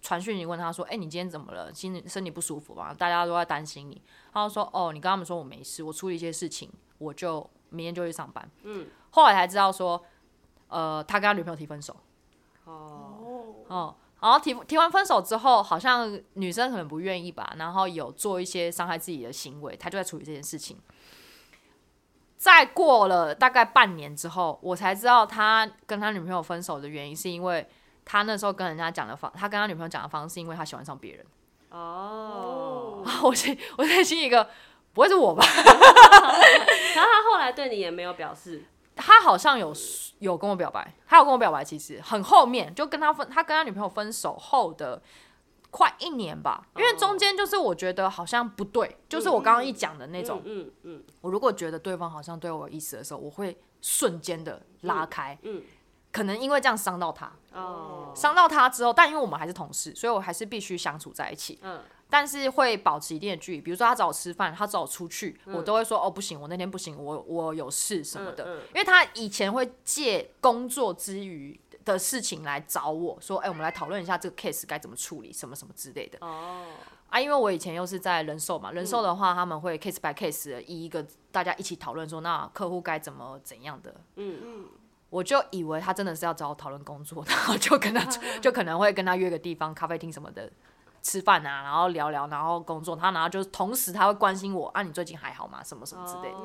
传讯息问他说，哎、你今天怎么了？心身体不舒服吗？大家都在担心你。他就说，哦，你跟他们说我没事，我处理一些事情，我就明天就去上班。嗯，后来才知道说，呃，他跟他女朋友提分手。哦，哦，哦，然后提提完分手之后，好像女生可能不愿意吧，然后有做一些伤害自己的行为，他就在处理这件事情。再过了大概半年之后，我才知道他跟他女朋友分手的原因，是因为他那时候跟人家讲的方，他跟他女朋友讲的方式，是因为他喜欢上别人。 哦，啊，我心我内心一个，不会是我吧？然后他后来对你也没有表示，他好像有有跟我表白，他有跟我表白，其实很后面就跟他分，他跟他女朋友分手后的快一年吧，因为中间就是我觉得好像不对，就是我刚刚一讲的那种，嗯嗯我如果觉得对方好像对我有意思的时候，我会瞬间的拉开，嗯，可能因为这样伤到他，嗯哦，伤到他之后，但因为我们还是同事，所以我还是必须相处在一起，嗯但是会保持一定的距离，比如说他找我吃饭，他找我出去，我都会说哦不行，我那天不行，我我有事什么的，嗯嗯嗯因为他以前会借工作之余的事情来找我说，哎、我们来讨论一下这个 case 该怎么处理，什么什么之类的哦，嗯啊，因为我以前又是在人寿嘛，人寿的话他们会 case by case 的一一个大家一起讨论说，那客户该怎么怎样的嗯嗯，我就以为他真的是要找我讨论工作，然后就 跟他嗯就可能会跟他约个地方，咖啡厅什么的吃饭啊，然后聊聊，然后工作。他然后就是同时他会关心我啊，你最近还好吗？什么什么之类的。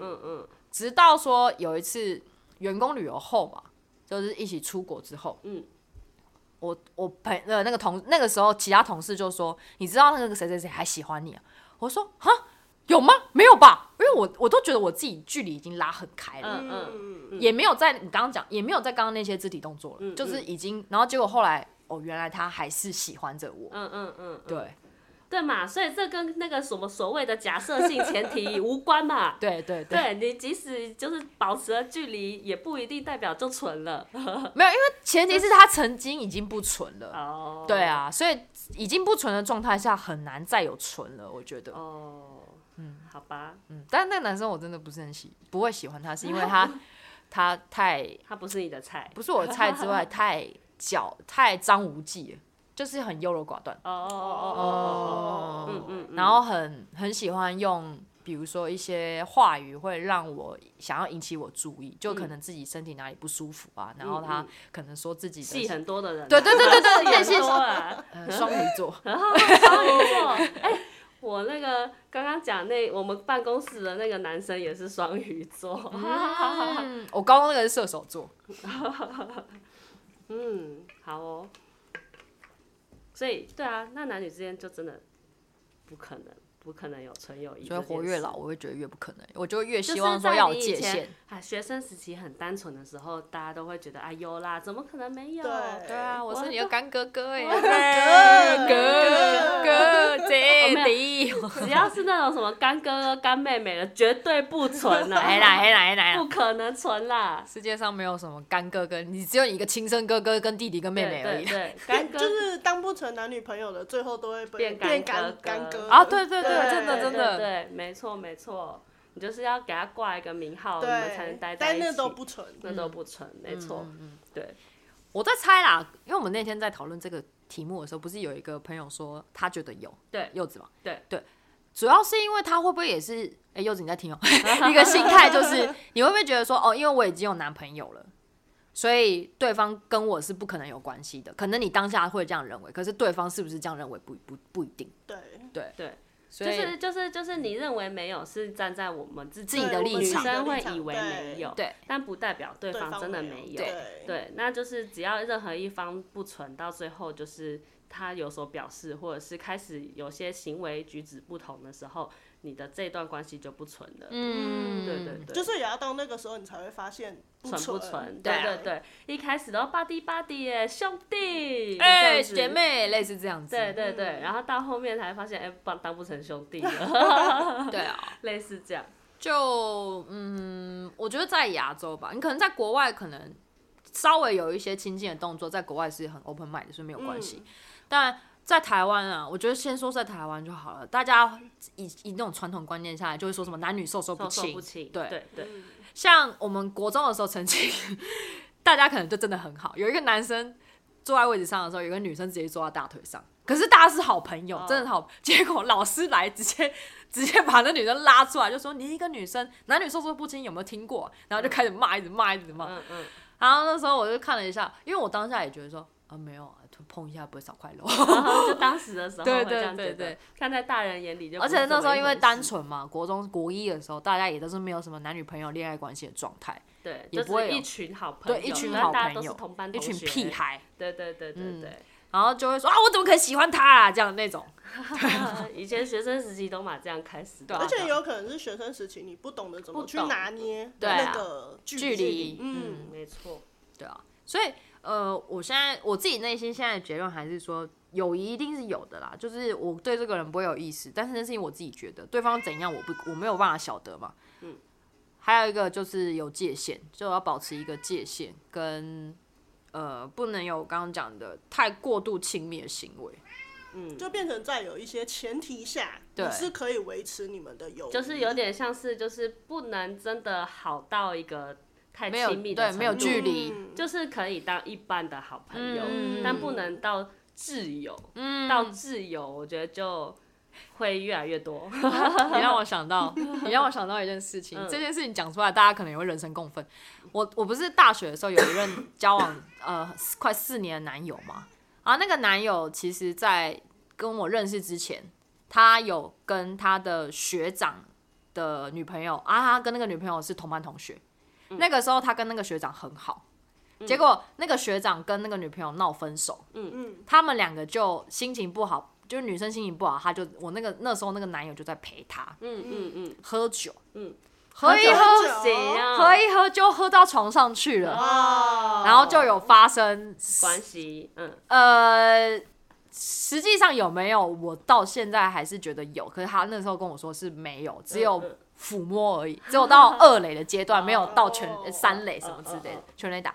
嗯嗯直到说有一次员工旅游后嘛，就是一起出国之后，嗯，我我朋呃那个同那个时候其他同事就说，你知道那个谁谁谁还喜欢你啊？我说哈有吗？没有吧？因为我我都觉得我自己距离已经拉很开了，嗯嗯嗯，也没有在你刚刚讲，也没有在刚刚那些肢体动作了，嗯就是已经，然后结果后来，哦，原来他还是喜欢着我，嗯嗯嗯，对对嘛，所以这跟那个什么所谓的假设性 前提无关嘛。对对对，对你即使就是保持了距离，也不一定代表就 纯了。没有，因为前提是他曾经已经不纯了，哦，对，啊，所以已经不纯的状态下很难再有纯了，我觉得，哦，嗯，好吧，嗯，但那个男生我真的不是很喜，不会喜欢他，是 因为他他太他不是你的菜。不是我的菜之外，太狡太张无忌了，就是很优柔寡断。哦哦哦哦哦，嗯嗯嗯，然后很很喜欢用，比如说一些话语会让我想要引起我注意，嗯就可能自己身体哪里不舒服啊，然后他可能说自己戏的很多的人啊，对对对对对 戏那很些多啊。呃双鱼 座，双鱼座， 哎、我那个刚刚讲那我们办公室的那个男生也是双鱼座，嗯，我高中那个是射手座，嗯，好哦。所以对啊，那男女之间就真的不可能不可能有纯友谊。所以活越老，，我会觉得越不可能，我就会越就希望是说在要有你以界前 限。啊，学生时期很单纯的时候，大家都会觉得啊有啦，怎么可能没有？对对啊，我我是你的就干哥 哥哎，哥哥哥姐哦弟， 只要是那种什么干哥哥、干妹妹的，绝对不 存啦，来啦来啦来啦！不可能存啦。世界上没有什么干哥哥，你只有一个亲生哥哥跟弟弟跟妹妹而对对已。 对，干哥就是当不成男女朋友的，最后都会被嗯变干变干哥干哥哥啊对对对真的真的对对，没错没错，你就是要给他挂一个名号，你们才能对待，在但一那起。都不纯。那嗯都不成，没错，对，我在猜啦，因为我们那天在讨论这个题目的时候，不是有一个朋友说他觉得有对柚子嘛？对对，主要是因为他会不会也是哎、柚子你在听哦、 一个心态就是你会不会觉得说哦，因为我已经有男朋友了。所以对方跟我是不可能有关系的，可能你当下会这样认为，可是对方是不是这样认为不不不一定。对，对，所就以、是就是就是你认为没有，是站在我们自自己的对我们立女场自己的生会立场以为没有，对，但不代表对对方方真的没没有有，对对，那就是只要任何一方不存，到最后就是他有所表示，或者是开始有些行为举止不同的时候，你的这段关系就不存了。嗯，对对对，就是也要到那个时候你才会发现不存不纯啊存？。对啊对对对，一开始都巴蒂巴蒂耶，兄弟，这哎、样子姐，妹嗯类似这样子，对对对，然后到后面才发现，哎，当当不成兄弟了，对啊，类似这样。就嗯，我觉得在亚洲吧，你可能在国外可能稍微有一些亲近的动作，在国外是很 open mind 的，所以没有关嗯系。但在台湾啊，我觉得先说在台湾就好了，大家以以那种传统观念下来，就会说什么男女授受不授受亲，哦不亲，对对对，像我们国中的时候，曾经 大家可能就真的很好，有一个男生坐在位置上的时候，有一个女生直接坐在大腿上，可是大家是好朋友，哦真的好。结果老师来直接 直接把那女生拉出来，就说你一个女生，男女授受不亲，有没有听过啊？然后就开始骂，一直骂，一直骂。嗯嗯，然后那时候我就看了一下，因为我当下也觉得说啊没有啊，碰一下不会少块肉。 然后就当时的时候对会对这样对觉得对，看在大人眼里就不而是且这么一回事，那时候因为单纯嘛，国中国一的时候，大家也都是没有什么男女朋友恋爱关系的状态，对，也就不会是有一群好朋友，对一群那好大朋家都是友同班一同学，群屁，孩。对对对对嗯对， 然后就会说啊，我怎么可能喜欢他啊？这样那种，以前学生时期都嘛这样开始的，对啊而且也有可能是学生时期，你不懂得怎么不去懂拿捏对啊那个距距离嗯，嗯，没错，对啊。所以呃，我现在我自己内心现在的结论还是说，友谊一定是有的啦。就是我对这个人不会有意思，但是那是因为我自己觉得对方怎样，我不我没有办法晓得嘛。嗯。还有一个就是有界限，就要保持一个界限，跟呃不能有刚刚讲的太过度亲密的行为。嗯，就变成在有一些前提下，对你是可以维持你们的友谊，就是有点像是就是不能真的好到一个太没有亲密的对没有程度距离嗯就是可以当一般的好朋友，嗯但不能到挚友。嗯到挚友，我觉得就会越来越多。 你让我想到，你让我想到一件事情，嗯这件事情讲出来，大家可能也会人神共愤。我我不是大学的时候有一任交往呃四快四年的男友嘛，啊，那个男友其实在跟我认识之前，他有跟他的学长的女朋友啊，他跟那个女朋友是同班同学，那个时候他跟那个学长很好。结果那个学长跟那个女朋友闹分手，嗯，他们两个就心情不好，就是女生心情不好，他就我那个那时候那个男友就在陪她， 嗯嗯 嗯，喝酒，嗯，喝一喝，喝酒不行啊，喝一喝就喝到床上去了，哦然后就有发生，关系，嗯，呃，实际上有没有，我到现在还是觉得有，可是他那时候跟我说是没有，只有嗯嗯抚摸而已，只有到二垒的阶段，没有到全呃哦三垒什么之类的哦哦全垒打，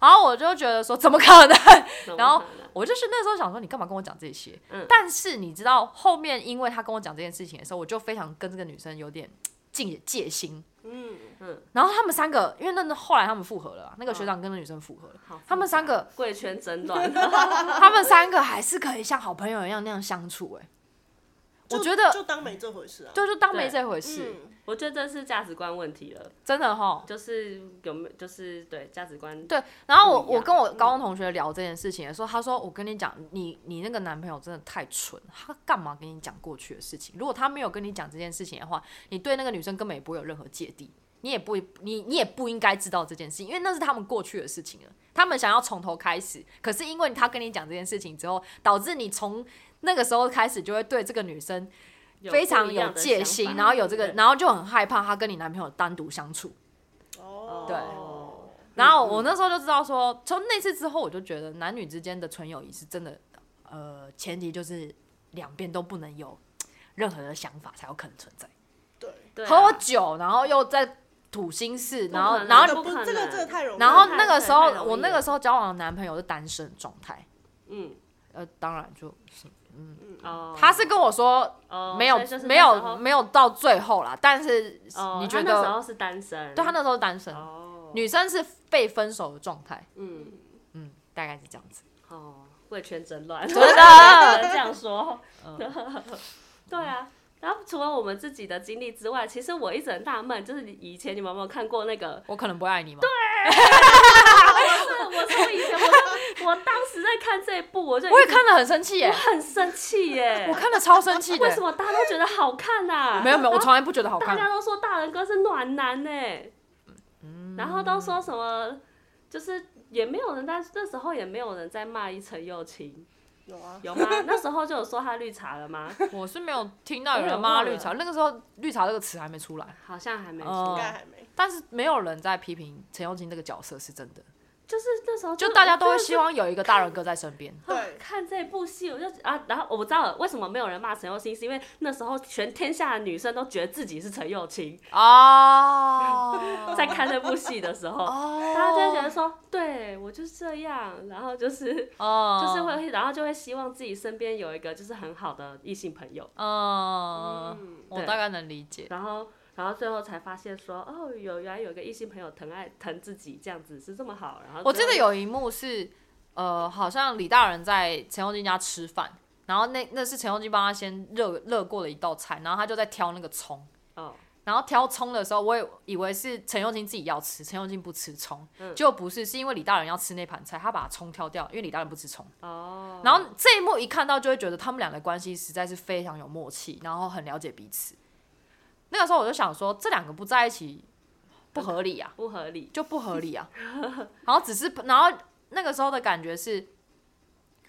然后我就觉得说怎么可能？那然后我看了我就是那时候想说，你干嘛跟我讲这些？嗯但是你知道后面，因为他跟我讲这件事情的时候，我就非常跟这个女生有点戒戒心。嗯，然后他们三个，因为那后来他们复合了啊，那个学长跟那女生复合了，嗯好复杂他们三 个，贵圈 争乱，他们三个还是可以像好朋友一样那样相处、欸。哎，我就觉得就当没这回事啊，就就当没对这回事，嗯我觉得这是价值观问题了，真的哈。就是有没有，就是对价值观，对，然后我不一样嗯我跟我高中同学聊这件事情的时候，他说：“我跟你讲，你你那个男朋友真的太蠢，他干嘛跟你讲过去的事情？如果他没有跟你讲这件事情的话，你对那个女生根本也不会有任何芥蒂，你也不你你也不应该知道这件事情，因为那是他们过去的事情了。他们想要从头开始，可是因为他跟你讲这件事情之后，导致你从那个时候开始就会对这个女生有非不常一样有的戒想心，法然后有这个，对然后就很害怕她跟你男朋友单独相处。哦，对哦然后我那时候就知道说，从那次之后，我就觉得男女之间的纯友谊是真的，呃，前提就是两边都不能有任何的想法才有可能存在。对，对啊喝酒，然后又在吐心事，然后不可能然后这不不可这个能这个太容易了，然后太那个太时候太容易我那了个时候交往的男朋友是单身状态，嗯呃，当然就是嗯哦，他是跟我说哦没有所以就是没那时候有没有到最后啦，但是哦，你觉他那时得候是单身？对他那时候单身，哦，女生是被分手的状态，嗯嗯，大概是这样子。哦，贵圈真 乱，真的这样说，嗯 对啊。然后除了我们自己的经历之外，其实我一直很纳闷，就是以前你们有没有看过 那个我可能不会爱你吗？哎我从以前我我当时在看这一部，我就我也一直看得很生气 耶、很生气耶我。看得超生气的、为什么大家都觉得好看呐、啊？没有没有，我然后从来不觉得好大家看。都说大人哥是暖男呢、嗯然后都说什么，就是也没有人在那时候也没有人在骂一陈又青，有啊，有吗？那时候就有说他绿茶了吗？ 我是没有听到有我人也骂忘绿了茶，那个时候绿茶这个词还没出来，好像还没出，哦应该还没，但是没有人在批评陈友金这个角色是真的，就是那时候就大家都会希望。望有一个大人哥在身边。啊对看这部戏，我就啊，然后我知道了为什么没有人骂陈又青，是因为那时候全天下的女生都觉得自己是陈又青，嗯哦，在看这部戏的时候， 哦，大家就会觉得说，对我就是这样，然后就是哦，就是会，然后就会希望自己身边有一个就是很好的异性朋友，哦，嗯，我对大概能理解。然后然后最后才发现说，哦，有原来有个异性朋友疼爱疼自己这样子是这么好，然后我记得最后有一幕是，呃，好像李大人在陈永金家吃饭，然后那那是陈永金帮他先热热过的一道菜，然后他就在挑那个葱。哦然后挑葱的时候，我也以为是陈永金自己要吃，陈永金不吃葱，嗯就不是，是因为李大人要吃那盘菜，他把葱挑掉，因为李大人不吃葱。哦，然后这一幕一看到，就会觉得他们两个关系实在是非常有默契，然后很了解彼此。那个时候我就想说，这两个不在一起不合理啊，不合理，就不合理啊。 然后只是，然后那个时候的感觉是，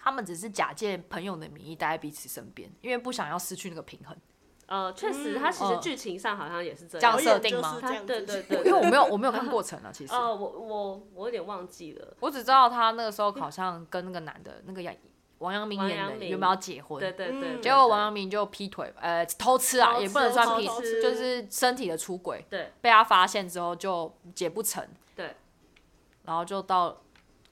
他们只是假借朋友的名义待在彼此身边，因为不想要失去那个平衡。呃，确实嗯他其实哦剧情上好像也是这这样样导。演设定就吗啊是这他样对子 对写对因为我没有我没有看过 程啊，其实。哦，我我我有点忘记了。我只知道她那个时候好像跟那个男的，那个杨王阳明王演阳的明原本要结婚，对对对，嗯结果王阳明就劈腿，呃，偷吃啊，偷吃也不能算劈，偷吃就是身体的出轨，对被他发现之后就解不成，对，然后就到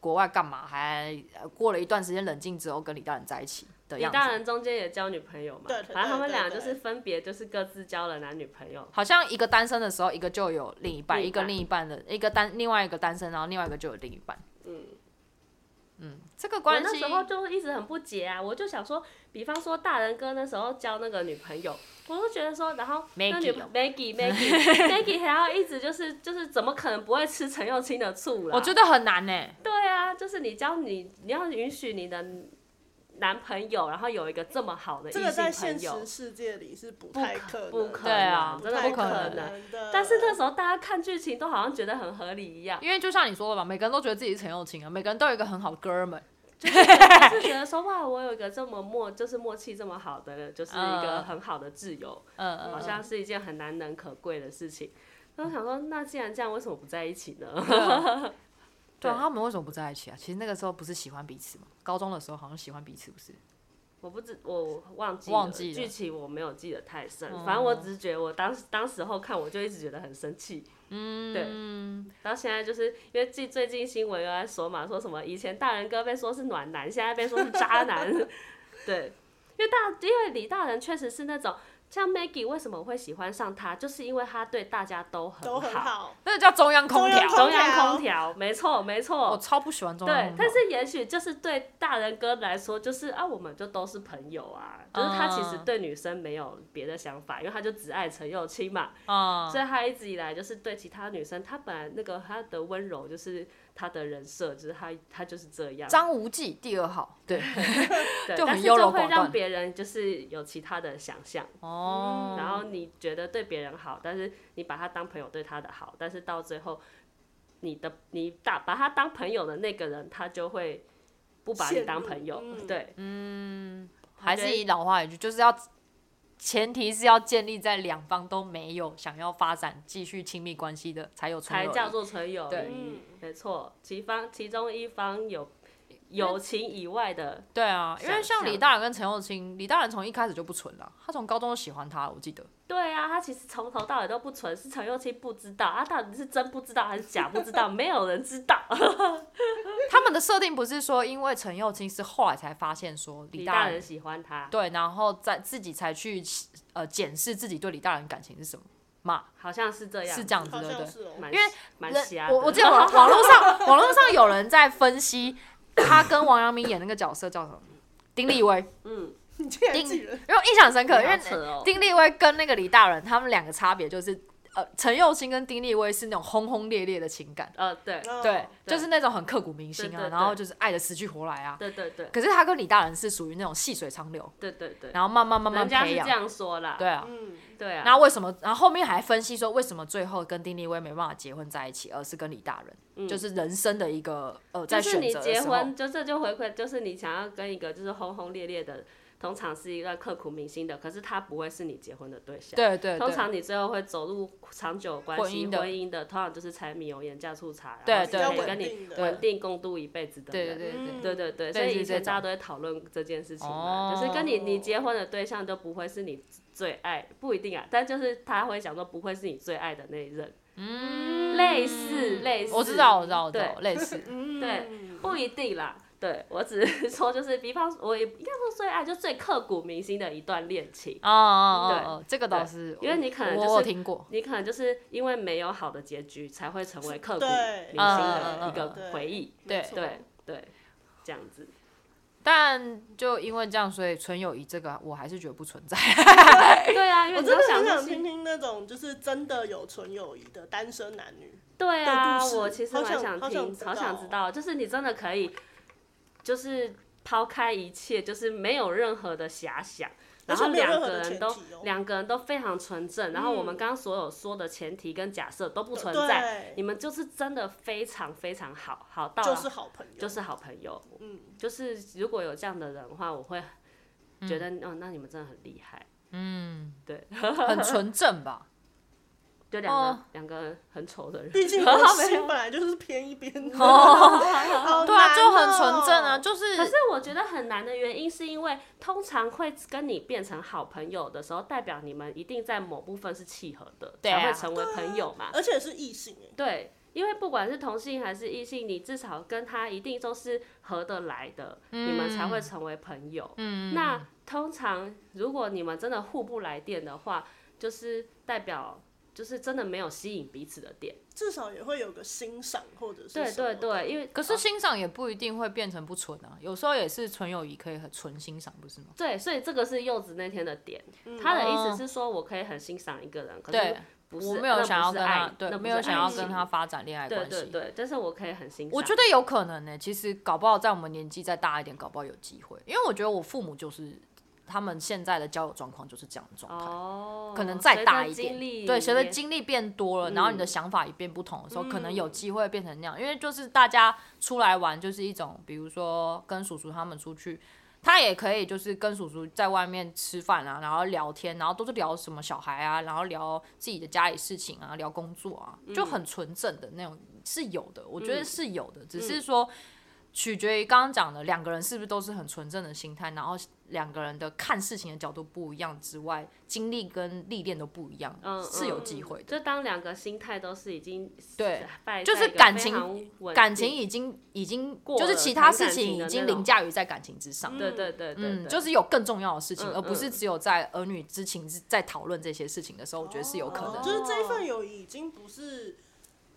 国外干嘛？还呃过了一段时间冷静之后，跟李大人在一起的李样大子，人中间也交女朋友嘛，对对反正他们对俩对就是分别就是各自交了男女朋友，好像一个单身的时候，一个就有另一半，另一一个半另一半的一个单，另外一个单身，然后另外一个就有另一半，嗯。嗯，这个我关那系时候就一直很不解啊，我就想说，比方说大人哥那时候交那个女朋友，我就觉得说，然后那女 Maggie 哦 Maggie Maggie Maggie 还要一直就是就是怎么可能不会吃陈又青的醋啦？我觉得很难呢、对啊，就是你教你你要允许你的男朋友，然后有一个这么好的异这性个在朋现友实，世界里是不不太可能，不可对啊能，不真的太不可能能能的。但是那时候大家看剧情都好像觉得很合理一样，因为就像你说的吧，每个人都觉得自己是陈友情啊，每个人都有一个很好的哥们，就觉得说哇，我有一个这么默，就是默契这么好的，就是一个嗯很好的挚友，嗯嗯，好像是一件很难能可贵的事情。那我想说，那既然这样，为什么不在一起呢？ 对啊，对他们为什么不在一起啊？其实那个时候不是喜欢彼此吗？高中的时候好像喜欢彼此，不是？我不知，我忘记忘记了嗯剧情，我没有记得太深。反正我只是觉得，我当时当时候看，我就一直觉得很生气。嗯，对。然后现在就是因为最最近新闻又在说嘛，说什么以前大人哥被说是暖男，现在被说是渣 男。对，因为大因为李大人确实是那种。像 Maggie 为什么会喜欢上他，就是因为他对大家都很都很好，那个叫中央空中调央，空中央空调，没错没错，我超不喜欢中央对，空调。但是也许就是对大人哥来说，就是啊，我们就都是朋友啊，就是他其实嗯对女生没有别的想法，因为他就只爱陈又青嘛，啊，所以他一直以来就是对其他女生，他本来那个他的温柔就是他的人设，就是他他就是这样，张无忌第二号， 对，对，就很但是优柔就会寡让断别人就是有其他的想象，哦，然后你觉得对别人好，但是你把他当朋友对他的好，但是到最后，你的你打把他当朋友的那个人，他就会不把你陷当入朋友，嗯对，还是以老话一句，就是要前提是要建立在两方都没有想要发展继续亲密关系的才有纯才友谊叫做纯友对嗯谊，没错，其方其中一方有友情以外的，对啊，因为想像李象大人跟陈幼卿，李大人从一开始就不纯了，他从高中就喜欢他了，我记得。对啊，他其实从头到尾都不纯，是陈幼卿不知道，他到底是真不知道还是假不知道， 没有人知道。他们的设定不是说，因为陈幼卿是后来才发现说李李大大人人喜欢他，对，然后再自己才去呃检视自己对李大人感情是什么嘛，好像是这样，是这样子好对不像对？是哦、蛮因为蛮人瞎的。我我记得网网络上网络上有人在分析他跟王阳明演那个角色叫什么丁立 威，嗯， 你竟然丁记人，因为我印象深刻，因为好扯哦丁立威跟那个李大人他们两个差别就是，呃，陈幼卿跟丁立威是那种轰轰烈烈的情感，呃，对哦对，对就是那种很刻骨铭心对啊，对然后就是爱的死去活来啊。对对对可是他跟李大人是属于那种细水长流，对对对，然后慢慢慢慢人家培是这养，样说啦，对啊。嗯，对啊，然后为什么？然后后面还分析说，为什么最后跟丁立威没办法结婚在一起，而是跟李大人，嗯就是人生的一个呃，在就是选你择的结时候，婚，就这就回馈，就是你想要跟一个就是轰轰烈烈的，通常是一个刻骨铭心的，可是他不会是你结婚的对象。对对通对，常你最后会走入长久关婚系、姻婚的姻的，通常就是柴米油盐酱醋茶，对然后比对较可以稳跟你定的，对稳定共度一辈子的对对人。对对嗯对对对对，所以是以前这大家种都会讨论这件事情哦嘛，就是跟你你结婚的对象都不会是你最爱，不一定啊，但就是他会想说不会是你最爱的那一任，嗯类似类似，我知道，我知道，我知道，对类似，嗯对，不一定啦。对我只是说，就是比方，我也应该说最爱，就最刻骨铭心的一段恋情。哦哦哦哦，这个倒对是我，因为你可能我就是我有听过，你可能就是因为没有好的结局，才会成为刻骨对嗯铭心的嗯一嗯个嗯回忆。对没错对对，这样 子。但就因为这样，所以纯友谊这个我还是觉得不存在。对啊，因为我你真要的很想想是听听那种就是真的有纯友谊的单身男女，对啊，的故事我其实好蛮想想好想听，知好想道哦知道，就是你真的可以，就是抛开一切，就是没有任何的遐想，而然且后没有两任何个的人前都提哦两个人都非常纯正，然后我们嗯刚刚所有说的前提跟假设都不对存在，你们就是真的非常非常好，好到就是好朋友，就是好朋友，嗯，就是如果有这样的人的话，我会嗯觉得，哦，那你们真的很厉害，很纯正吧？就两个哦两、个很丑的人，毕竟我的心本来就是偏一边的，好 对啊，难就很哦纯正啊，。就是可是我觉得很难的原因，是因为通常会跟你变成好朋友的时候，代表你们一定在某部分是契合的，对啊才会成为朋友嘛。而且是异性哎，对，因为不管是同性还是异性，你至少跟他一定都是合得来的，你们才会成为朋友。嗯，那通常如果你们真的互不来电的话，就是代表就是真的没有吸引彼此的点。至少也会有个欣赏或者是对什么对的对，因为哦可是欣赏也不一定会变成不纯啊，有时候也是纯友谊可以很纯欣赏，不是吗？对，所以这个是柚子那天的点，他的意哦思是说我可以很欣赏一个人，可是对，不是，我没有那想不要是跟爱他，对，那不没是有想要爱情跟他发展恋爱对关对系。对，但是我可以很欣赏。我觉得有可能呢、欸其实搞不好在我们年纪再大一点，搞不好有机会，因为我觉得我父母就是他们现在的交友状况就是这样的状态。哦，可能再大一随着经点，历对，随着也经历变多了，然后你的嗯想法也变不同的时候，可能有机会变成那样。因为就是大家出来玩，就是一种，比如说跟叔叔他们出去，他也可以就是跟叔叔在外面吃饭啊，然后聊天，然后都是聊什么小孩啊，然后聊自己的家里事情啊，聊工作啊，就很纯正的那种是有的，我觉得嗯是有的，只是说。取决于刚刚讲的两个人是不是都是很纯正的心态，然后两个人的看事情的角度不一样之外，经历跟历练都不一样，嗯是有机会的。就当两个心态都是已经对拜在就是一个感非情常稳感定情已经已经过就是了其谈他事感情情已的那经种凌驾于在感情之上。对对对对对，嗯，就是有更重要的事情，嗯而不是嗯只有在儿女之情之在讨论这些事情的时候，我觉得是有可能哦就的。哦是这一份友谊已经不是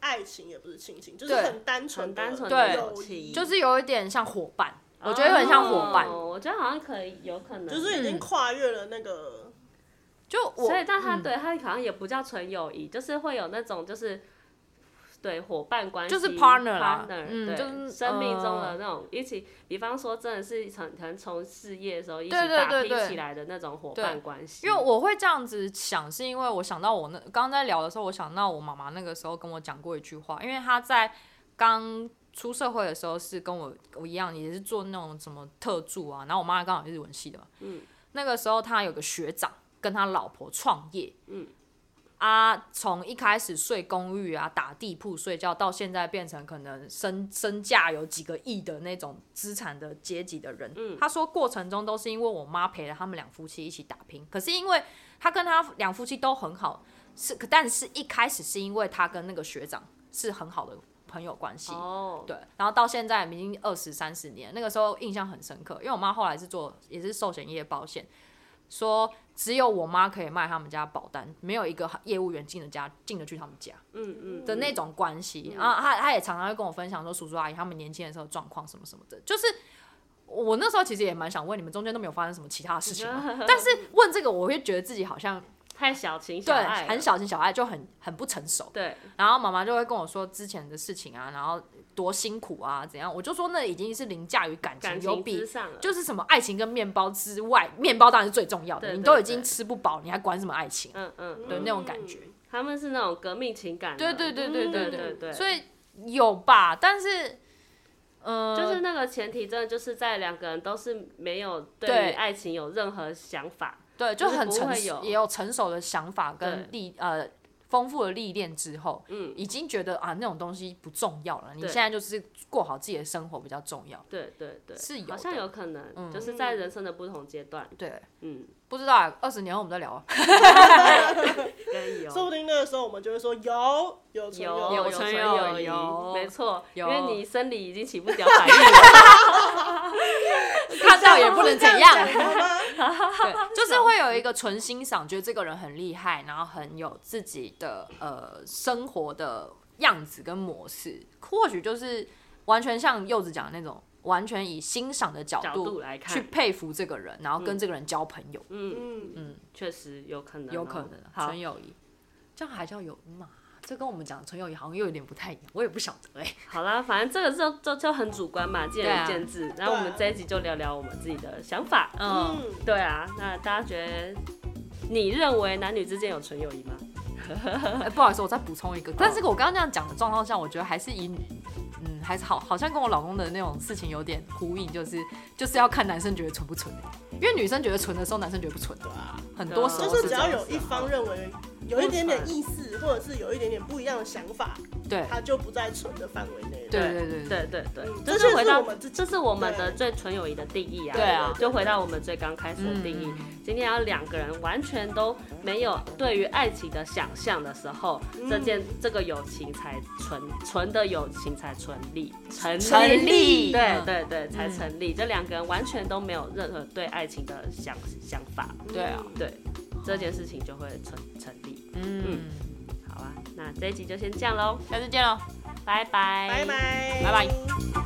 爱情，也不是亲情，就是对很单纯很的单纯的友友谊，情就是有一点像伙伴，我觉得有点像伙伴。哦我觉得好像可以，有可能就是已经跨越了那个，就我，所以，但他嗯对他好像也不叫纯友谊，就是会有那种就是对伙伴关系，就是 partner 啦 partner，嗯对就是呃生命中的那种一起，比方说真的是从可能从事业的时候一起对对打对拼对起来的那种伙对伴关系，因为我会这样子想，是因为我想到我那刚刚在聊的时候，我想到我妈妈那个时候跟我讲过一句话，因为她在刚出社会的时候是跟我我一样，也是做那种什么特助啊，然后我妈刚好是日文系的嘛，那个时候她有个学长，跟他老婆创业，嗯，啊，从一开始睡公寓啊，打地铺睡觉，到现在变成可能身身价有几个亿的那种资产的阶级的人，嗯，他说过程中都是因为我妈陪着他们两夫妻一起打拼，可是因为他跟他两夫妻都很好，是，可但是一开始是因为他跟那个学长是很好的朋友关系，哦，对，然后到现在已经二十三十年，那个时候印象很深刻，因为我妈后来是做也是寿险业保险，说只有我妈可以卖他们家保单，没有一个业务员进得家进得去他们家嗯嗯，的那种关系。嗯然后她她也常常会跟我分享说，叔叔阿姨他们年轻的时候状况什么什么的，就是。我那时候其实也蛮想问你们中间都没有发生什么其他的事情吗？ 但是问这个，我会觉得自己好像太小情小对爱了，很小心小爱，就很很不成熟。对，然后妈妈就会跟我说之前的事情啊，然后多辛苦啊，怎样？我就说那已经是凌驾于感情，感有情之比上了，就是什么爱情跟面包之外，面包当然是最重要的，对你对都对已经吃不饱，你还管什么爱情？嗯嗯，的嗯那种感觉，他们是那种革命情感对的，嗯对对对对对对对所以有吧，但是，嗯、就是那个前提，真的就是在两个人都是没有对对于爱情有任何想法，对，就就是很不成会熟，有也有成熟的想法跟对历呃丰富的历练之后，嗯已经觉得啊那种东西不重要了，你对现在就是过好自己的生活比较重要。对对对，是有好像的有可能，嗯就是在人生的不同阶段，对，嗯，不知道啊二十年后我们再聊 啊。可以说不哦。定那个时候我们就会说有有存有有存存有有有没错，因有为你生理已经起不了反应了，看到也不能怎样，啊这讲好 吗？ 对，就是会有一个纯欣赏，觉得这个人很厉害，然后很有自己的呃生活的样子跟模式，或许就是完全像柚子讲的那种，完全以欣赏的角角度 度来看去佩服这个人，然后跟这个人交朋友，嗯，确实有可能哦，有可能啊好纯，友谊，这样还叫友谊嘛？这跟我们讲的纯友谊好像又有点不太一样，我也不晓得哎、好啦，反正这个就就就很主观嘛，见对仁啊见智。然后我们这一集就聊聊我们自己的想法。嗯，嗯对啊，那大家觉得你认为男女之间有纯友谊吗？ 哎不好意思，我再补充一个，但是我刚刚那样讲的状况下，我觉得还是以嗯，还是好，好像跟我老公的那种事情有点呼应，就是就是要看男生觉得纯不纯、欸因为女生觉得纯的时候，男生觉得不纯，对啊，很多时就候是是只这要样。有一方认为有一点点意思，或者是有一点点不一样的想法，对它就不在纯的范围内了。对对对对对对对嗯，就这就是回到我们自己这是我们的对最纯友谊的定义啊。对啊就回到我们最刚开嗯始的定义。嗯今天要两个人完全都没有对于爱情的想象的时候，嗯这件这个友情才纯纯的友情才成立成立成立对嗯对对，才成立。这两个人完全都没有任何对爱情的想想法，对啊，嗯对这件事情就会成成立。嗯，好啊，那这一集就先这样喽，下次见喽。拜拜，拜拜，拜拜。